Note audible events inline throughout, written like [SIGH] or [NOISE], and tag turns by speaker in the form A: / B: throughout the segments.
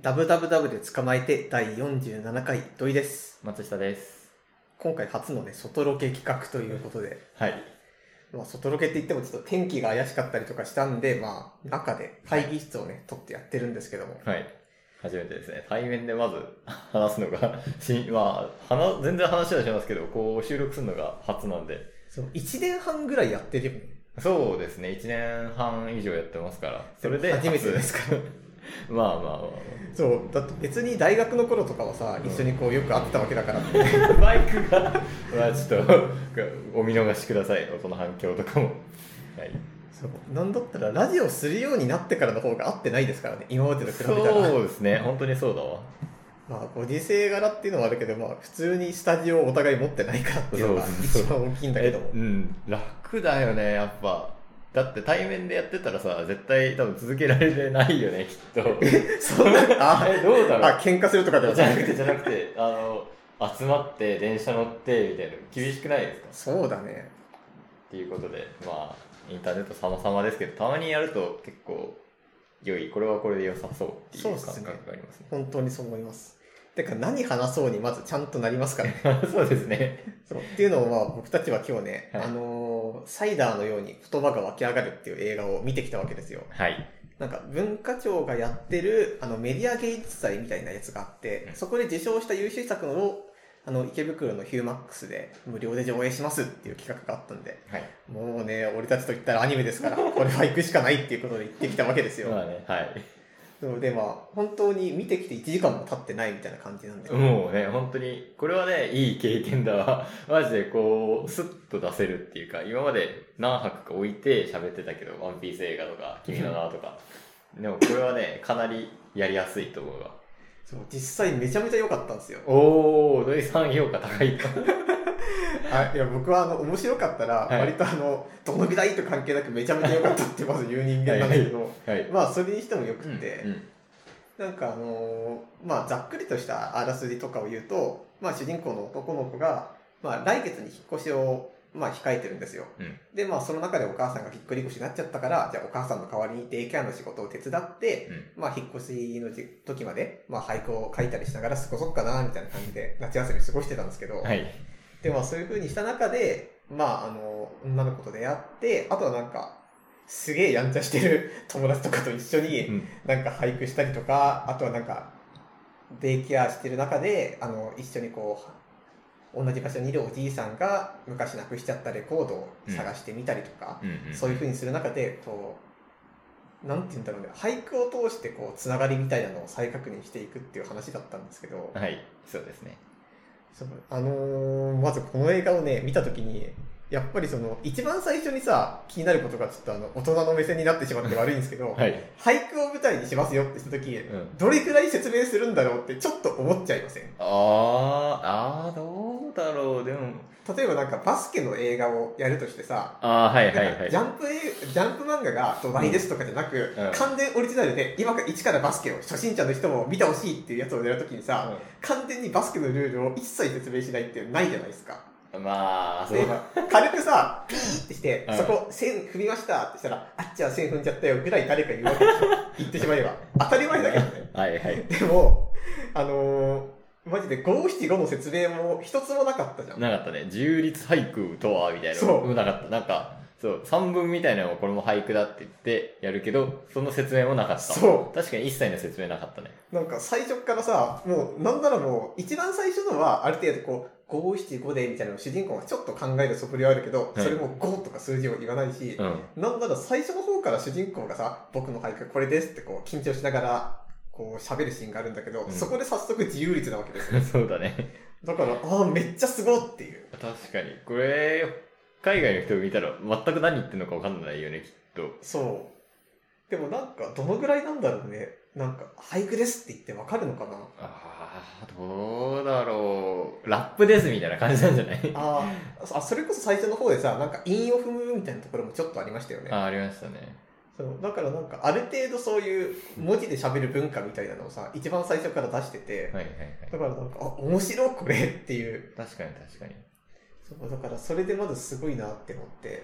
A: ダブダブダブで捕まえて第47回土井です。
B: 松下です。
A: 今回初のね、外ロケ企画ということで、
B: はい。
A: まあ外ロケって言ってもちょっと天気が怪しかったりとかしたんで、まあ中で会議室をね、撮ってやってるんですけども、
B: はい。初めてですね。対面でまず [LAUGHS] 話すのが、 [LAUGHS] しまあ、話、全然話はしますけど、こう収録するのが初なんで。
A: そう、1年半ぐらいやってるよね。
B: そうですね。1年半以上やってますから。それで
A: 初めてですから
B: 初 [LAUGHS] まあまあま
A: そう、だって別に大学の頃とかはさ、一緒にこうよく会ってたわけだ
B: [LAUGHS]
A: から、
B: あまあ。バイクが、 [LAUGHS] まあちょっと、お見逃しください。音の反響とかも。はい。
A: そう、なんだったらラジオするようになってからの方が合ってないですからね、今までと比べたら。
B: そうですね。本当にそうだわ。
A: まあ、ご時世柄っていうのはあるけど、まあ、普通にスタジオをお互い持ってないからっていうのが
B: そうそう
A: 一番大きいんだけ
B: え
A: ども。
B: うん楽だよねやっぱだって対面でやってたらさ絶対多分続けられてないよねきっと [LAUGHS]
A: そんな、あ、
B: えどうだろ
A: あ
B: う、
A: 喧嘩するとかでは
B: じゃ
A: な
B: なく
A: く
B: て
A: て。
B: じゃなくてあの集まって電車乗ってみたいな厳しくないですか
A: [LAUGHS] そうだね。
B: っていうことでまあインターネット様々ですけどたまにやると結構良いこれはこれで良さそうっていう
A: そうっ
B: 感
A: すね
B: 覚がありますね
A: 本当にそう思います。てか、何話そうにまずちゃんとなりますからね。
B: [LAUGHS] そうですね
A: そうっていうのを、まあ、僕たちは今日ね、
B: はい
A: あのーサイダーのように言葉が湧き上がるっていう映画を見てきたわけですよ。
B: はい
A: なんか、文化庁がやってる、あの、メディア芸術祭みたいなやつがあって
B: う、ん
A: そこで受賞した優秀作を、あの、池袋のヒューマックスで無料で上映しますっていう企画があったんで、
B: はい
A: もうね、俺たちと言ったらアニメですから、これは行くしかないっていうことで行ってきたわけですよ。
B: まあねはい
A: なのでまあ、本当に見てきて1時間も経ってないみたいな感じなんで、
B: もうね、本当に、これはね、いい経験だわ。 [LAUGHS] マジでこう、スッと出せるっていうか、今まで何泊か置いて喋ってたけど、ワンピース映画とか、君の名はとか。でもこれはね、かなりやりやすいと思うわ。
A: そう実際めちゃめちゃ良かったんですよ。
B: おー、土井さん評価高いか。 [LAUGHS]
A: あいや、僕はあの、面白かったら、
B: はい
A: 割とあの、どの美大と関係なくめちゃめちゃ良かったってまず言う人間なんだけど、
B: はい。
A: まあ、それにしてもよくって、
B: うん
A: なんかあのーまあざっくりとしたあらすじとかを言うと、まあ主人公の男の子が、まあ来月に引っ越しを、まあ控えてるんですよ。
B: うん
A: で、まあその中でお母さんがひっくり腰になっちゃったから、じゃあお母さんの代わりにデイキャアの仕事を手伝って、
B: うん
A: まあ引っ越しのじ時まで、まあ俳句を書いたりしながら過ごそうかな、みたいな感じで夏休み過ごしてたんですけど、
B: はい。
A: で、まあそういう風にした中で、まああの、女の子と出会って、あとはなんか、すげえやんちゃしてる [LAUGHS] 友達とかと一緒に、
B: うん
A: なんか俳句したりとか、あとはなんか、デイケアしてる中で、あの、一緒にこう、同じ場所にいるおじいさんが昔なくしちゃったレコードを探してみたりとか、
B: うんうん
A: そういう風にする中で、こう、なんて言うんだろうね、俳句を通してこう、つながりみたいなのを再確認していくっていう話だったんですけど、
B: はい、そうですね。
A: そのあのーまずこの映画をね、見たときに、やっぱりその、一番最初にさ、気になることがちょっとあの、大人の目線になってしまって悪いんですけど、
B: はい。
A: 俳句を舞台にしますよってした時、
B: うん。
A: どれくらい説明するんだろうってちょっと思っちゃいません
B: あー、あー、どうだろう、でも。
A: 例えばなんかバスケの映画をやるとしてさ、
B: あー、はいは
A: なん
B: いは
A: か
B: い。
A: ジャンプ映ジャンプ漫画が土台ですとかじゃなく、
B: うん
A: 完全オリジナルで今から一からバスケを初心者の人も見てほしいっていうやつをやるときにさ、完全にバスケのルールを一切説明しないっていうのないじゃないですか。
B: うんまあ、そう
A: で、軽くさ、ピーってして、
B: うん
A: そこ線踏みましたってしたら、あっちは線踏んじゃったよぐらい誰か言うわけ [LAUGHS] でしょ。言ってしまえば。当たり前だけどね。
B: はいはい。
A: でも、あのー、マジで五七五の説明も一つもなかったじゃん。
B: なかったね。自立俳句とはみたいな
A: そう
B: もなかった。なんか、そう、三文みたいなのをこれも俳句だって言ってやるけど、その説明もなかった。
A: そ
B: 確かに一切の説明なかったね。
A: なんか最初っからさ、もうなんならもう一番最初のはある程度こう、五七五でみたいなのを主人公がちょっと考える素振りはあるけど、
B: うん
A: それも五とか数字を言わないし、
B: うん。
A: なんなら最初の方から主人公がさ、僕の俳句これですってこう緊張しながら、こう喋るシーンがあるんだけど、
B: うん
A: そこで早速自由率なわけですよ。
B: [LAUGHS] そうだね。
A: だから、ああ、めっちゃすごっていう。
B: 確かに。これ、海外の人見たら全く何言ってんのか分かんないよね、きっと。
A: そう。でもなんか、どのぐらいなんだろうね。なんか、俳句ですって言ってわかるのかな
B: ああ、どうだろう。ラップですみたいな感じなんじ
A: [LAUGHS]
B: ゃない
A: あーあ、それこそ最初の方でさ、なんか韻を踏むみたいなところもちょっとありましたよね。
B: ああ、りましたね。
A: そうだからなんか、ある程度そういう文字で喋る文化みたいなのをさ、一番最初から出してて、
B: はいはいはい。
A: だからなんか、あ、面白いこれっていう。
B: 確かに確かに。
A: そうだから、それでまずすごいなって思って。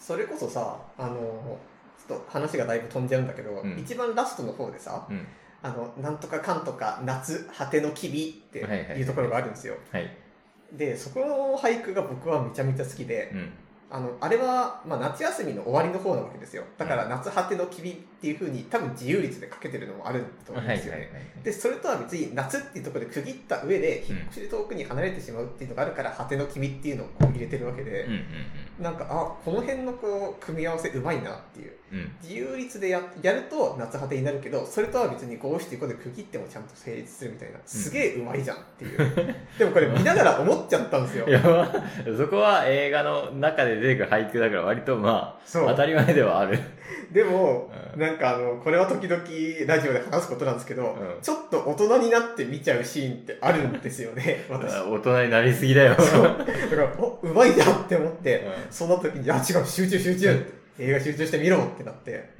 A: それこそさ、あの、ちょっと話がだいぶ飛んじゃうんだけど、
B: うん
A: 一番ラストの方でさ、
B: うん。
A: あの、なんとかかんとか夏果ての機微って
B: はいはいはいいう
A: ところがあるんですよ。
B: はい。
A: で、そこの俳句が僕はめちゃめちゃ好きで
B: う、ん。
A: あの、あれは、まあ、夏休みの終わりの方なわけですよ。だから夏果ての機微っていうふうに多分自由率で書けてるのもあると思
B: は
A: うん
B: いは
A: で
B: い
A: すよ
B: は
A: ね。
B: い。
A: で、それとは別に夏っていうところで区切った上で、
B: うん
A: 引っ越しで遠くに離れてしまうっていうのがあるから、果ての君っていうのをこう入れてるわけ
B: うんう
A: で、
B: ん
A: なんか、あ、この辺のこう、組み合わせうまいなっていう。
B: うん。うん。
A: 自由率でややると夏果てになるけど、それとは別に五七五で区切ってもちゃんと成立するみたいな、すげえうまいじゃんって
B: [LAUGHS]
A: いう。でもこれ見ながら思っちゃったんですよ
B: い。や、まあ、そこは映画の中で出てくる俳句だから割とまあ、
A: そ
B: 当た
A: う。
B: り前ではある。
A: でも、
B: うん
A: なんかあの、これは時々ラジオで話すことなんですけど、
B: うん
A: ちょっと大人になって見ちゃうシーンってあるんですよね、私。だか
B: 大人になりすぎだよ。
A: そうら、お、うまいじゃんって思って、
B: う
A: その時に、あ、違う、集中集中って映画集中してみろってなって。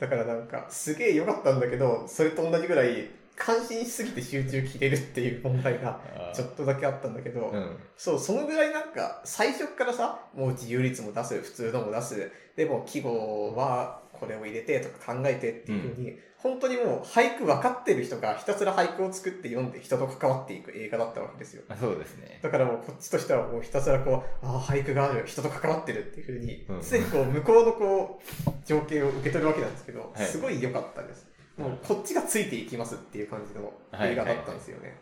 A: だからなんか、すげえ良かったんだけど、それと同じぐらい、感心しすぎて集中切れるっていう問題が、
B: ん
A: ちょっとだけあったんだけど、
B: うん。
A: そう、そのぐらいなんか、最初っからさ、もう自由率も出す、普通のも出す、でも季語はこれを入れてとか考えてっていうふうに、本当にもう俳句分かってる人がひたすら俳句を作って読んで人と関わっていく映画だったわけですよ。
B: あそうですね。
A: だからもうこっちとしてはもうひたすらこう、ああ、俳句がある、人と関わってるっていうふう
B: うん
A: に、常にこう向こうのこう、情景を受け取るわけなんですけど、
B: はい
A: すごい良かったです。もうこっちがついていきますっていう感じの映画だったんですよね。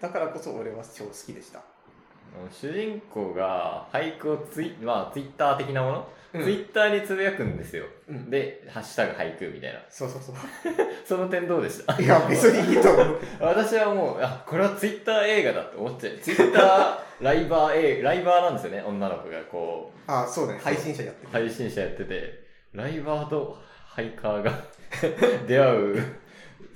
A: だからこそ俺は超好きでした。
B: 主人公が俳句をツイ,、まあ、ツイッター的なもの、
A: うん
B: ツイッターにつぶやくんですよ。
A: うん
B: で、ハッシュタグ俳句みたいな。
A: そうそう [LAUGHS] そう。
B: その点どうでした
A: いや、別にいいと思 [LAUGHS] う。
B: [LAUGHS] 私はもう、あ、これはツイッター映画だと思っちゃう。ツイッターライバー映、ライバーなんですよね、女の子がこ
A: ああ、そうだね。配信者やって
B: う、
A: る。
B: 配信者やってて、ライバーとハイカーが [LAUGHS] 出会う、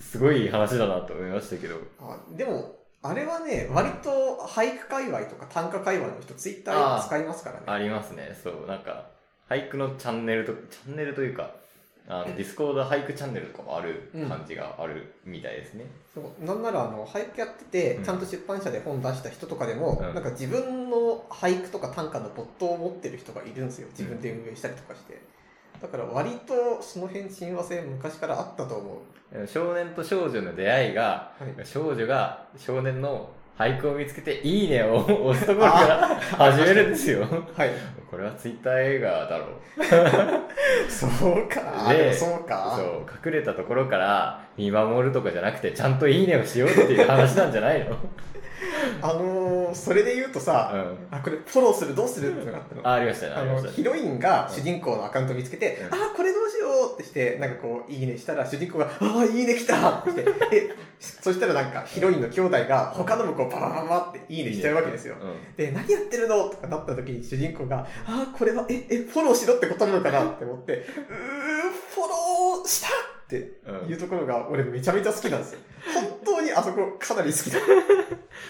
B: すごい話だなと思いましたけど。
A: あでも、あれはね、割と俳句界隈とか短歌界隈の人、ツイッターよく使いますからね。
B: ありますね、そう、なんか、俳句のチャンネルと、チャンネルというか、あのディスコード俳句チャンネルとかもある
A: うん
B: 感じがあるみたいですね。
A: そうなんならあの俳句やってて、
B: うん
A: ちゃんと出版社で本出した人とかでも、
B: うん
A: なんか自分の俳句とか短歌のボットを持ってる人がいるんですよ自分で運営したりとかして、だから割とその辺親和性昔からあったと思う、
B: 少年と少女の出会いが、
A: [LAUGHS] はい、
B: 少女が少年の俳句を見つけて、いいねを押すところから始めるんですよ。
A: はい、
B: これはツイッター映画だろう。
A: そうか、
B: ね
A: でもそうか
B: そう、隠れたところから見守るとかじゃなくて、ちゃんといいねをしようっていう話なんじゃないの
A: あのーそれで言うとさ、
B: うん。
A: [LAUGHS] あこれフォローするどうするってのがあったの
B: あ、ありましたね、あ
A: あ
B: りま
A: の
B: した
A: ヒ
B: ね。
A: ロインが主人公のアカウントを見つけて、
B: うん
A: ああ、これどうしようってして、なんかこう、いいねしたら、主人公が、ああ、いいね来たってして、
B: [LAUGHS]
A: え、そしたらなんか、ヒロインの兄弟が、他のもこう、ババババっていいねしちゃうわけですよ。
B: うん
A: で、何やってるのとかなった時に主人公が、ああ、これは、え、え、フォローしろってことなのかなって思って、うー、フォローしたって
B: うん
A: いうところが、俺めちゃめちゃ好きなんですよ。本当にあそこ、かなり好きだ。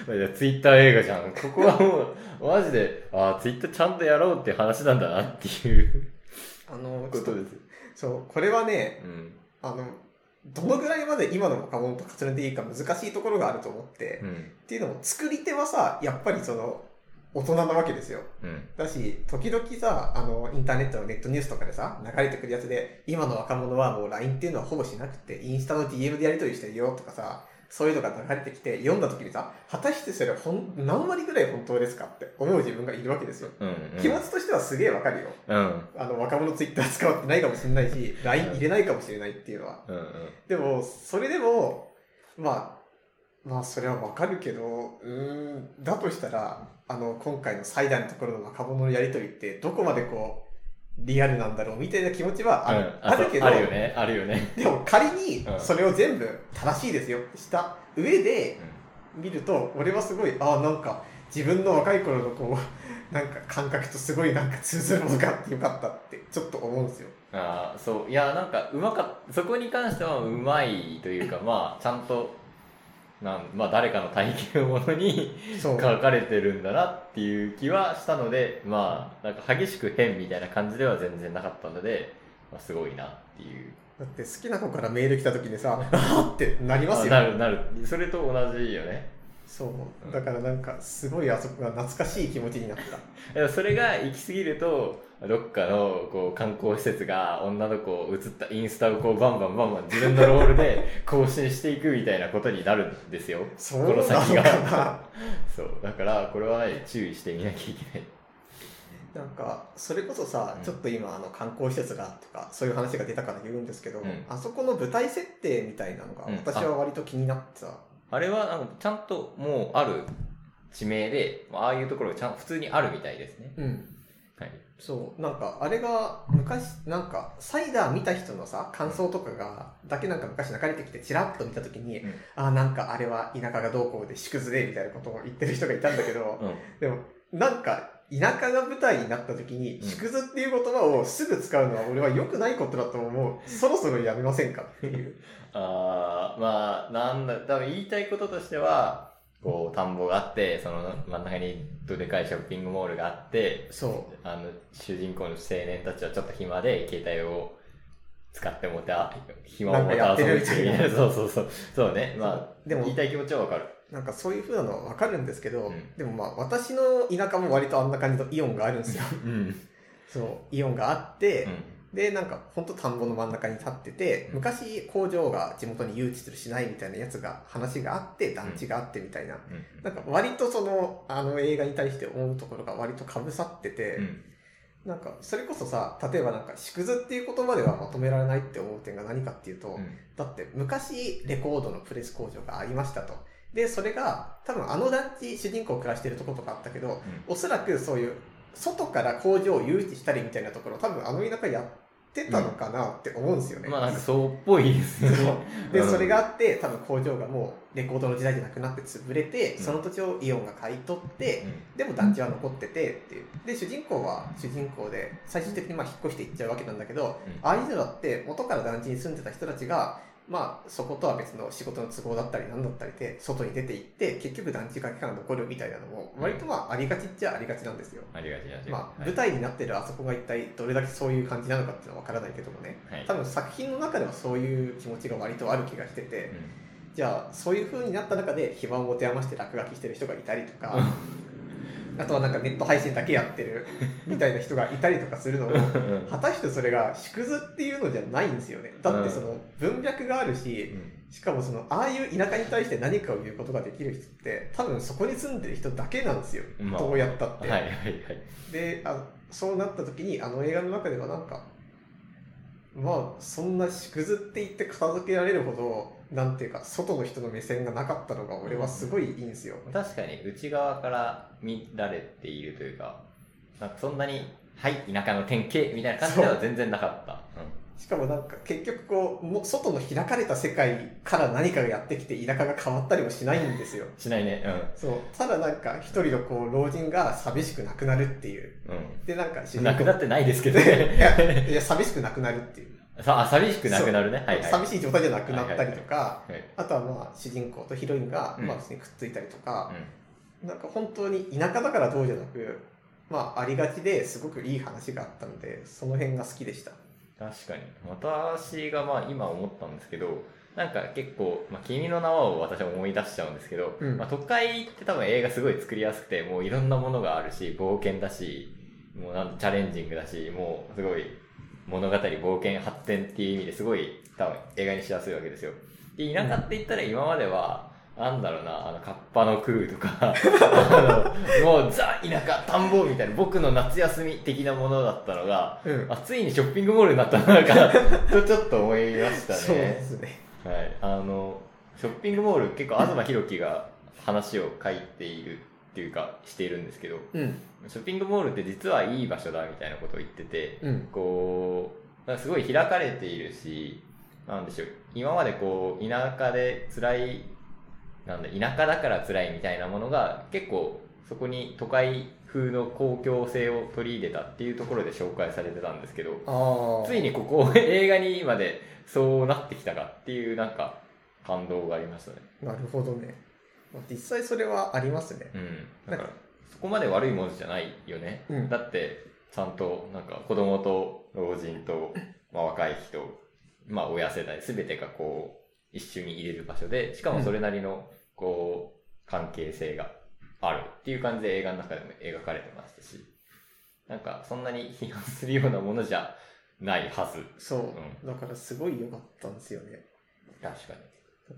B: まあじゃあツイッター映画じゃん。ここはもう、マジで、ああ、ツイッターちゃんとやろうって話なんだなっていう
A: あの、ち
B: こ
A: ょっと
B: とです。
A: そう、これはね、
B: うん。
A: あの、どのぐらいまで今の若者と重ねていいか難しいところがあると思って、
B: う
A: っ
B: ん。
A: ていうのも作り手はさ、やっぱりその、大人なわけですよ。
B: うん。
A: だし、時々さ、あの、インターネットのネットニュースとかでさ、流れてくるやつで、今の若者はもう LINE っていうのはほぼしなくて、インスタの DM でやり取りしてるよとかさ、そういうのが流れてきて、読んだ時にさ、果たしてそれほん、何割ぐらい本当ですかって思う自分がいるわけですよ。
B: うん。
A: 気持ちとしてはすげえわかるよ。
B: うん。
A: あの、若者 Twitter 使ってないかもしれないし、LINE 入れないかもしれないっていうのは。
B: うん。
A: でも、それでも、まあ、まあ、それはわかるけど、うーん、だとしたら、あの、今回の最大のところの若者のやりとりって、どこまでこう、リアルなんだろうみたいな気持ちはある,、
B: うん
A: あるけど、
B: あるよね。あるよね。
A: でも仮に
B: うん
A: それを全部正しいですよ、した上で見ると、俺はすごい、ああ、なんか、自分の若い頃のこう、 [LAUGHS] なんか感覚とすごいなんか通ずるものがあってよかったって、ちょっと思うんですよ。
B: ああ、そう。いや、なんか、うまかっそこに関してはうまいというか、まあ、ちゃんと、なんまあ、誰かの体験をものに
A: そう。
B: 書かれてるんだなっていう気はしたので、まあ、なんか激しく変みたいな感じでは全然なかったので、まあ、すごいなっていう
A: だって好 [LAUGHS] きな子からメール来た時にさ、あーってなりますよ。
B: あなるなるそれと同じよね
A: そう。だからなんか、すごいあそこが懐かしい気持ちにな
B: [LAUGHS]
A: った。
B: でもそれが行き過ぎると、どっかのこう観光施設が女の子を映ったインスタをこうバンバンバンバン自分のロールで [LAUGHS] 更新していくみたいなことになるんですよ。
A: そう
B: この
A: な
B: 先
A: の
B: が
A: かな。
B: そう。だから、これはね、注意してみなきゃいけない。
A: [LAUGHS] なんかそれこそさ、
B: うん
A: ちょっと今あの観光施設がとかそういう話が出たから言うんですけど、
B: うん
A: あそこの舞台設定みたいなのが
B: うん
A: 私は割と気になってさ、
B: あれは、なんかちゃんともうある地名で、まあああいうところがちゃん普通にあるみたいですね。
A: うん、
B: はい。
A: そうなんかあれが昔なんかサイダー見た人のさ感想とかがだけなんか昔流れてきてちらっと見た時に、
B: うん
A: あなんかあれは田舎がどうこうで縮図でみたいなことを言ってる人がいたんだけど、
B: うん。
A: でもなんか田舎が舞台になった時に
B: うん
A: 縮図っていう言葉をすぐ使うのは俺は良くないことだと思うそろそろやめませんかっていう。
B: あーまあ、なんだ、多分言いたいこととしては、こう、田んぼがあって、その真ん中にどでかいショッピングモールがあって、
A: そう。
B: あの、主人公の青年たちはちょっと暇で、携帯を使ってもた、暇を持
A: なんか
B: て
A: やってる
B: 遊ぶっていう。 [LAUGHS] そうそうそう。そうね。まあ、
A: でも
B: 言いたい気持ちはわかる。
A: なんかそういう風なのはわかるんですけど、
B: うん
A: でもまあ私の田舎も割とあんな感じのイオンがあるんですよ。
B: うん。うん。
A: [LAUGHS] そう、イオンがあって、で、なんかほんと田んぼの真ん中に立ってて、
B: うん
A: 昔工場が地元に誘致するしないみたいなやつが話があって、団地があってみたいな。
B: うん。
A: なんか割とその、あの映画に対して思うところが割と被さってて、
B: うん。
A: なんかそれこそさ、例えばなんか縮図っていう言葉ではまとめられないって思う点が何かっていうと、
B: うん
A: だって昔レコードのプレス工場がありましたと。で、それが多分あの団地主人公暮らしてるところとかあったけど、おそらくそういう外から工場を誘致したりみたいなところ多分あの田舎やってたのかなって思うんですよね。
B: まあ、なんかそうっぽいですよ
A: そう
B: ね。
A: で、
B: うん
A: それがあって多分工場がもうレコードの時代じゃなくなって潰れて、
B: うん
A: その土地をイオンが買い取って、
B: う
A: でも団地は残っててっていう。で、主人公は主人公で、最終的にまあ引っ越していっちゃうわけなんだけど、
B: うん
A: ああいうのだって元から団地に住んでた人たちが、まあそことは別の仕事の都合だったり何だったりで、外に出て行って、結局団地が期間残るみたいなのも、割とまあありがちっちゃありがちなんですよ。
B: んありがちな
A: まあ
B: はい
A: 舞台になってるあそこが一体どれだけそういう感じなのかっていうのはわからないけどもね。
B: はい
A: 多分作品の中ではそういう気持ちが割とある気がしてて、じゃあそういう風になった中で暇を持て余して落書きしてる人がいたりとか、あとはなんかネット配信だけやって
B: [LAUGHS]
A: るみたいな人がいたりとかするのも、
B: うんうん
A: 果たしてそれが縮図っていうのじゃないんですよね。だってその文脈があるし、しかもそのああいう田舎に対して何かを言うことができる人って、多分そこに住んでる人だけなんですよ。
B: まあ
A: どうやったっ
B: は
A: て。
B: いはいはい。
A: であ、そうなった時にあの映画の中ではなんか、まあそんな縮図って言って片付けられるほど、なんていうか外の人の目線がなかったのが俺はすごいいいんですよ。
B: 確かに内側から見られているというか、なんかそんなに、はい、田舎の典型みたいな感じでは全然なかった。
A: しかもなんか結局こうも外の開かれた世界から何かがやってきて田舎が変わったりもしないんですよ
B: うんしないね。
A: そうただなんか一人のこう老人が寂しくなくなるっていう
B: うん。う
A: でなんか主
B: ん。
A: 人
B: なくなってないですけど
A: い
B: ね。
A: やいや寂しくなくなるっていう、
B: [LAUGHS] さあ、寂しくなくなるね。はいはい。
A: 寂しい状態じゃなくなったりとか、
B: はい
A: あとはまあ主人公とヒロインが
B: うん
A: まあ別にくっついたりとか、なんか本当に田舎だからどうじゃなくまあありがちですごくいい話があったのでその辺が好きでした
B: 確かに。私がまあ今思ったんですけど、なんか結構、まあ、君の名はを私は思い出しちゃうんですけど、
A: うん
B: まあ、都会って多分映画すごい作りやすくて、もういろんなものがあるし、冒険だし、もうなんチャレンジングだし、もうすごい物語、冒険、発展っていう意味ですごい多分映画にしやすいわけですよ。で、田舎って言ったら今までは、なんだろうな、あの、カッパのクーとか、 [LAUGHS] あの、もうザ、田舎、田んぼみたいな、僕の夏休み的なものだったのが、
A: うん
B: あついにショッピングモールになったの
A: [LAUGHS]
B: かとちょっと思いました
A: そうで
B: ね。
A: すね
B: はい、あのショッピングモール結構東博樹が話を書いているっていうかしているんですけど
A: うん
B: ショッピングモールって実はいい場所だみたいなことを言ってて
A: うん
B: こうなんかすごい開かれているしなんでしょう今までこう田舎で辛いなんだ田舎だから辛いみたいなものが結構そこに都会風の公共性を取り入れたっていうところで紹介されてたんですけど
A: ああ
B: ついにここ映画にまでそうなってきたかっていうなんか感動がありましたね
A: なるほどね。まあ実際それはありますね。
B: うん
A: な
B: だ
A: ん
B: か
A: から
B: そこまで悪いものじゃないよね、
A: うん
B: だってちゃんとなんか子供と老人と、まあ、若い人まあ親世代全てがこう一緒に入れる場所でしかもそれなりのこう関係性があるっていう感じで映画の中でも描かれてましたし、なんかそんなに批判するようなものじゃないはず。
A: そうう。だからすごい良かったんですよね。
B: 確かに。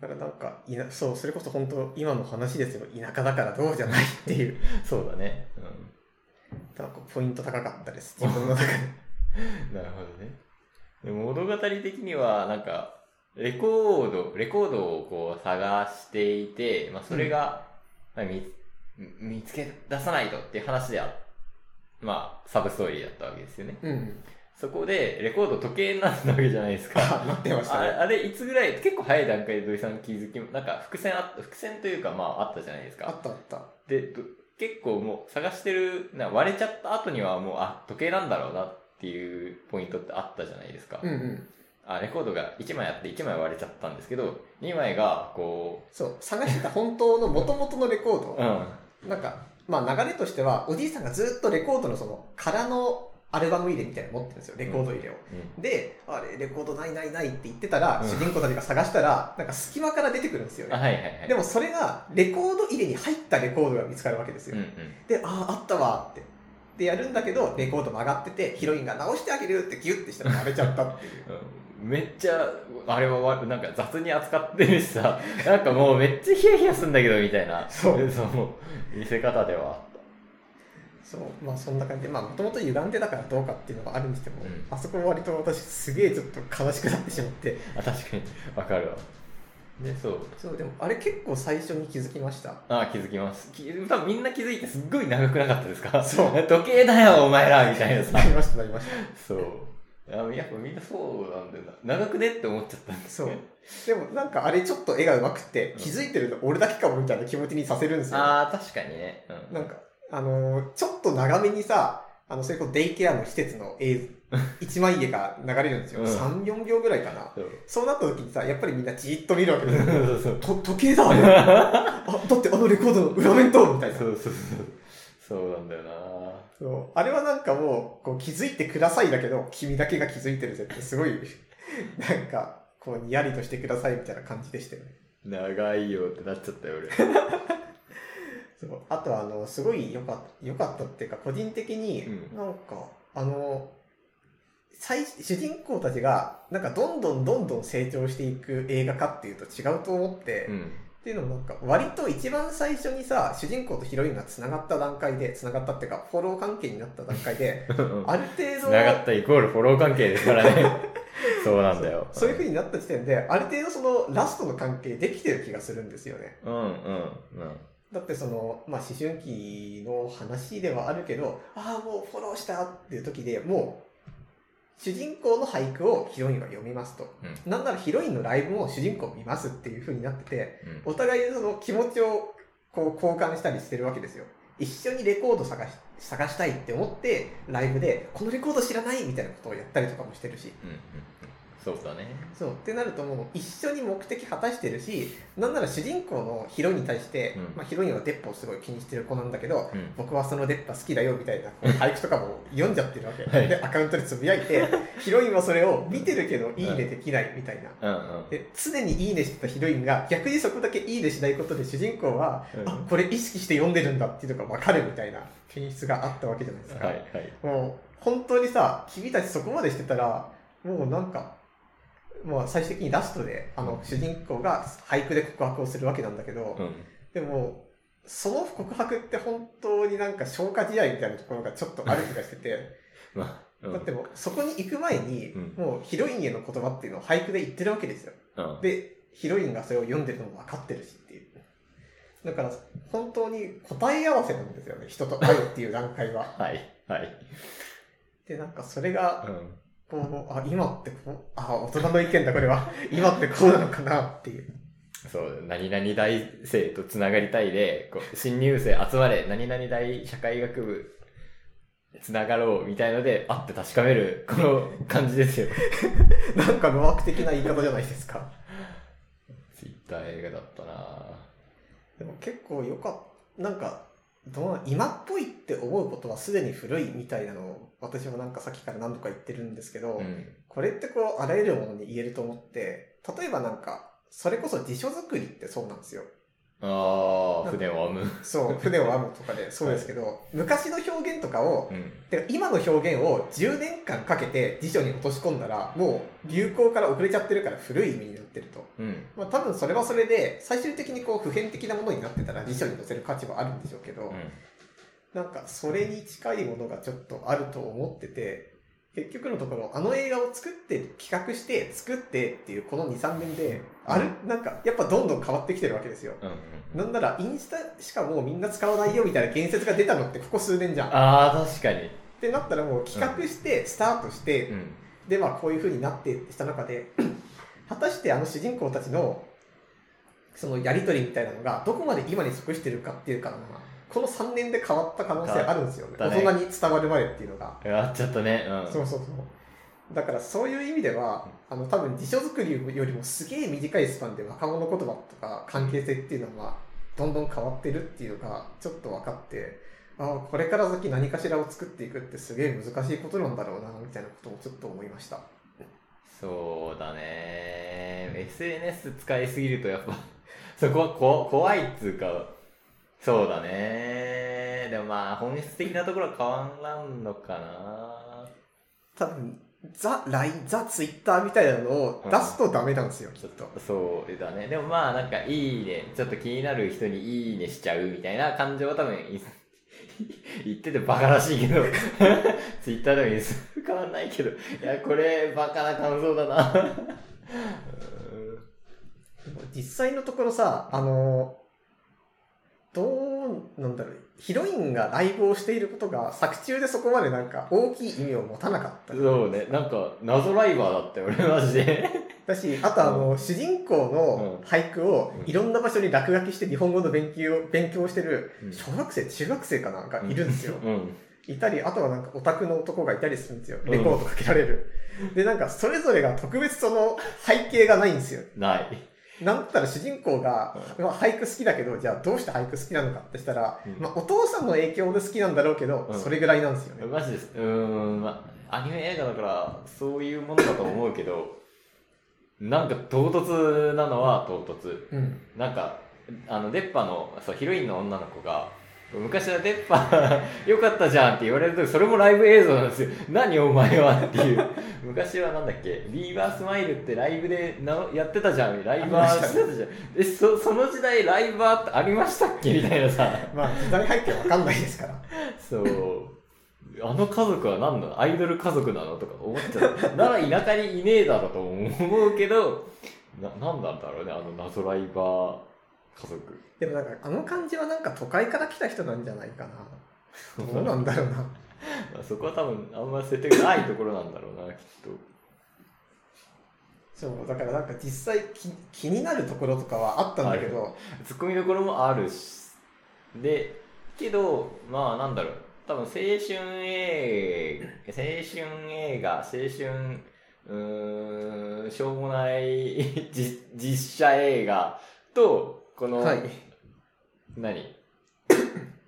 A: だからなんか、いなそう、それこそ本当今の話ですよ。田舎だからどうじゃないっていう。 [LAUGHS]
B: そうだね。
A: なんかポイント高かったです。自分の中で。
B: うん。 [LAUGHS] なるほどね。でも物語的には、なんか、レコード、レコードをこう探していて、まあそれが、まあ見見つけ出さないとっていう話であ、まあサブストーリーだったわけですよね。
A: [LAUGHS] うん。
B: そこで、レコード時計になったわけじゃないです
A: [LAUGHS]
B: か。
A: あ、なってました
B: あれ、
A: ね。
B: あれいつぐらい、結構早い段階で土井さん気づき、なんか伏線あった、伏線というかまああったじゃないですか。
A: あったあった。
B: で、ど結構もう探してる、な割れちゃった後にはもう、あ、時計なんだろうなっていうポイントってあったじゃないですか。
A: うんうん。
B: あ、レコードが1枚あって1枚割れちゃったんですけど、2枚がこ
A: そう、探してた本当の元々のレコード
B: う、う。ん。
A: なんか、まあ流れとしては、おじいさんがずっとレコードのその空のアルバム入れみたいなの持ってるんですよ、レコード入れを。で、あれ、レコードないないないって言ってたら、
B: うん
A: 主人公たちが探したら、なんか隙間から出てくるんですよ
B: あ、
A: ね。
B: はいはいはい。
A: でもそれが、レコード入れに入ったレコードが見つかるわけです
B: う
A: よ。
B: んうん。
A: で、ああ、あったわって。で、やるんだけど、レコード曲がってて、ヒロインが直してあげるってギュッてしたら割れちゃった
B: [LAUGHS]
A: っていう。
B: うんめっちゃ、あれはわなんか雑に扱ってるしさ、 [LAUGHS] なんかもうめっちゃヒヤヒヤすんだけどみたいな、
A: そう
B: その見せ方では
A: そう、まあそんな感じで、まあもともと歪んでたからどうかっていうのがあるにしても、
B: うん
A: あそこは割と私すげえちょっと悲しくなってしまって、
B: あ確かに、わかるわ。で、そう。
A: そう、でもあれ結構最初に気づきました。
B: ああ、気づきます。き多分みんな気づいてすっごい長くなかったですか
A: そう
B: [LAUGHS] 時計だよ、お前らみたいなさ
A: な。りました、なりました。
B: [LAUGHS] そう。あやっぱみんなそうなんだよな。長くねって思っちゃったんです
A: そう
B: ね。。
A: でもなんかあれちょっと絵が上手くて、気づいてるの俺だけかもみたいな気持ちにさせるんですよ。
B: ああ、確かにね。うん。
A: なんか、あのーちょっと長めにさ、あの、それこそデイケアの施設の映像、
B: [LAUGHS]
A: 一枚絵が流れるんですよ。
B: うん
A: 3、4秒ぐらいかな。
B: そう。
A: そうなった時にさ、やっぱりみんなじーっと見るわけです
B: [LAUGHS]
A: よ。
B: そうそう。
A: と時計だあれあ、だってあのレコードの裏面とみたいな。
B: そうそうそう。そうなんだよな。
A: そうあれはなんかもうこう気づいてくださいだけど君だけが気づいてるぜってすごい [LAUGHS] なんかこうにやりとしてくださいみたいな感じでしたよね
B: 長いよってなっちゃったよ、俺。
A: そうあとはあのすごい良かった良かったっていうか個人的に
B: うん
A: なんか、あの最主人公たちがなんかどんどんどんどん成長していく映画化っていうと違うと思って、
B: う
A: っ
B: ん。
A: ていうのもなんか割と一番最初にさ主人公とヒロインがつながった段階でつながったっていうかフォロー関係になった段階である程
B: つ
A: 度
B: ながったイコールフォロー関係ですから [LAUGHS] ね。そうなんだよ。
A: そういう風になった時点で、ある程度そのラストの関係できてる気がするんですよね。
B: うんうんうん。
A: だってその、まあ思春期の話ではあるけど、ああ、もうフォローしたっていう時でもう、主人公の俳句をヒロインは読みますと。
B: う
A: なんならヒロインのライブも主人公見ますっていう風になってて、
B: うん。
A: お互いその気持ちをこう交換したりしてるわけですよ。一緒にレコード探し探したいって思って、ライブで、このレコード知らないみたいなことをやったりとかもしてるし。
B: うんうんうん。そうだね。
A: そうってなるともう一緒に目的果たしてるしなんなら主人公のヒロインに対して、
B: うん
A: まあ、ヒロインはデッポをすごい気にしてる子なんだけど
B: うん。
A: 僕はそのデッパ好きだよみたいなこう俳句とかも読んじゃってるわけ、
B: はい
A: でアカウントでつぶやい
B: [LAUGHS]
A: てヒロインはそれを見てるけど「いいね」できないみたいな。
B: うんうん。
A: で常に「いいね」してたヒロインが逆にそこだけ「いいね」しないことで主人公は、
B: うん
A: あこれ意識して読んでるんだっていうのが分かるみたいな演
B: [LAUGHS]
A: 出があったわけじゃないですか、
B: はいはい。
A: もう本当にさ君たちそこまでしてたらもうなんかもう最終的にラストであの主人公が俳句で告白をするわけなんだけど、
B: うん。
A: でもその告白って本当になんか消化試合みたいなところがちょっとある気がしてて
B: まあ、うん
A: だってもうそこに行く前に、
B: うん
A: もうヒロインへの言葉っていうのを俳句で言ってるわけですよ
B: うん
A: でヒロインがそれを読んでるのも分かってるしっていうだから本当に答え合わせなんですよね人と会うっていう段階は
B: はい、はい。
A: でなんかそれが
B: うん。
A: こう、あ、今ってこう、あ、大人の意見だ、これ [LAUGHS] は。今ってこうなのかなっていう。
B: そう、何々大生とつながりたいで、こう、新入生集まれ、何々大社会学部、つながろう、みたいので、会って確かめる、この感じですよ。 [LAUGHS]
A: なんか無悪的な言い方じゃないですか。
B: ツイッター映画だったなぁ
A: でも結構よかった。なんか、どうな今っぽいって思うことはすでに古いみたいなのを、私もなんかさっきから何度か言ってるんですけど、
B: うん。
A: これってこう、あらゆるものに言えると思って、例えばなんか、それこそ辞書作りってそうなんですよ。
B: ああ、船を編む。
A: [LAUGHS] そう、船を編むとかで、そうですけど、昔の表現とかを、
B: うん。
A: てか今の表現を10年間かけて辞書に落とし込んだら、もう流行から遅れちゃってるから古い意味になってると。
B: うん。
A: まあ多分それはそれで、最終的にこう普遍的なものになってたら辞書に載せる価値はあるんでしょうけど、なんかそれに近いものがちょっとあると思ってて、結局のところ、あの映画を作って、企画して、作ってっていうこの2、3年で、ある、なんかやっぱどんどん変わってきてるわけですよ。
B: うん。う。
A: なんんならインスタしかもうみんな使わないよみたいな言説が出たのってここ数年じゃん。っ
B: ああ、確かに。
A: てなったらもう企画して、スタートして、
B: うん。
A: でまあこういう風になってした中で [CLEARS THROAT] 果たしてあの主人公たちのそのやり取りみたいなのがどこまで今に即してるかっていうかなこの3年で変わった可能性あるんですよね
B: 変わ
A: 大
B: ったね
A: 人に伝わるまでっていうのが、
B: あっちゃったね。うん。
A: そうそうそうだからそういう意味ではあの多分辞書作りよりもすげえ短いスパンで若者言葉とか関係性っていうのはどんどん変わってるっていうのがちょっと分かってああこれから先何かしらを作っていくってすげえ難しいことなんだろうなみたいなこともちょっと思いました
B: そうだね。SNS 使いすぎるとやっぱ、 [LAUGHS] そこはこ怖いっつうか、そうだね。でもまあ、本質的なところは変わらんのかな。
A: 多分ザ LINE、ザ Twitter みたいなのを出すとダメなんですよ、きっと。
B: そうだね。でもまあ、なんか、いいね。ちょっと気になる人にいいねしちゃうみたいな感情は多分い、 [LAUGHS] 言っててバカらしいけど、 [LAUGHS] ツイッターでもいいです。変わんないけど、いや、これ、バカな感想だな。 [LAUGHS]
A: 実際のところさ、あの、どうなんだろう、ヒロインがライブをしていることが作中でそこまでなんか大きい意味を持たなかった。
B: そうね。なんか、謎ライバーだったよ、俺、マジで。
A: だし、あとあの、主人公の俳句を
B: うん
A: いろんな場所に落書きして日本語の勉強を勉強をしてる
B: うん
A: 小学生、中学生かなんかいるん
B: [LAUGHS]
A: ですよ。
B: うん。
A: いたり、あとはなんかオタクの男がいたりするんですよ。
B: うん
A: レコードかけられる。で、なんかそれぞれが特別その背景がないんですよ。
B: ない。
A: なんたら主人公が、まあ、俳句好きだけど、じゃあどうして俳句好きなのかってしたら、
B: うん
A: まあ、お父さんの影響で好きなんだろうけど、
B: うん
A: それぐらいなんですよね。
B: マジです。うーん、まあ、アニメ映画だから、そういうものだと思うけど、なんか、唐突なのは唐突。
A: うん。
B: なんか、あの、出っ歯の、そう、ヒロインの女の子が、昔は出っ [LAUGHS] 歯よかったじゃんって言われるとき、それもライブ映像なんですよ。何お前はっていう。昔はなんだっけ、ビーバースマイルってライブでなやってたじゃん。ライバーしてたじゃん。え、そ、その時代ライバーってありましたっけみたいなさ。
A: まあ、時代背景わかんないですから。 [LAUGHS]
B: そう。あの家族は何なのアイドル家族なのとか思っちゃう。なら田舎にいねえだろうと思うけど、な、なんなんだろうね、あの謎ライバー家族。
A: でもなんか、あの感じはなんか都会から来た人なんじゃないか
B: [LAUGHS]
A: な。どうなんだろうな。
B: まあそこは多分あんま設定がないところなんだろうな、きっ [LAUGHS] と。
A: そう、だからなんか実際き気になるところとかはあったんだけど、
B: ツッコミどころもあるし。で、けど、まあなんだろう。多分青春映青春映画、青春、うーん、しょうもない [LAUGHS] じ実写映画と、この、
A: はい
B: 何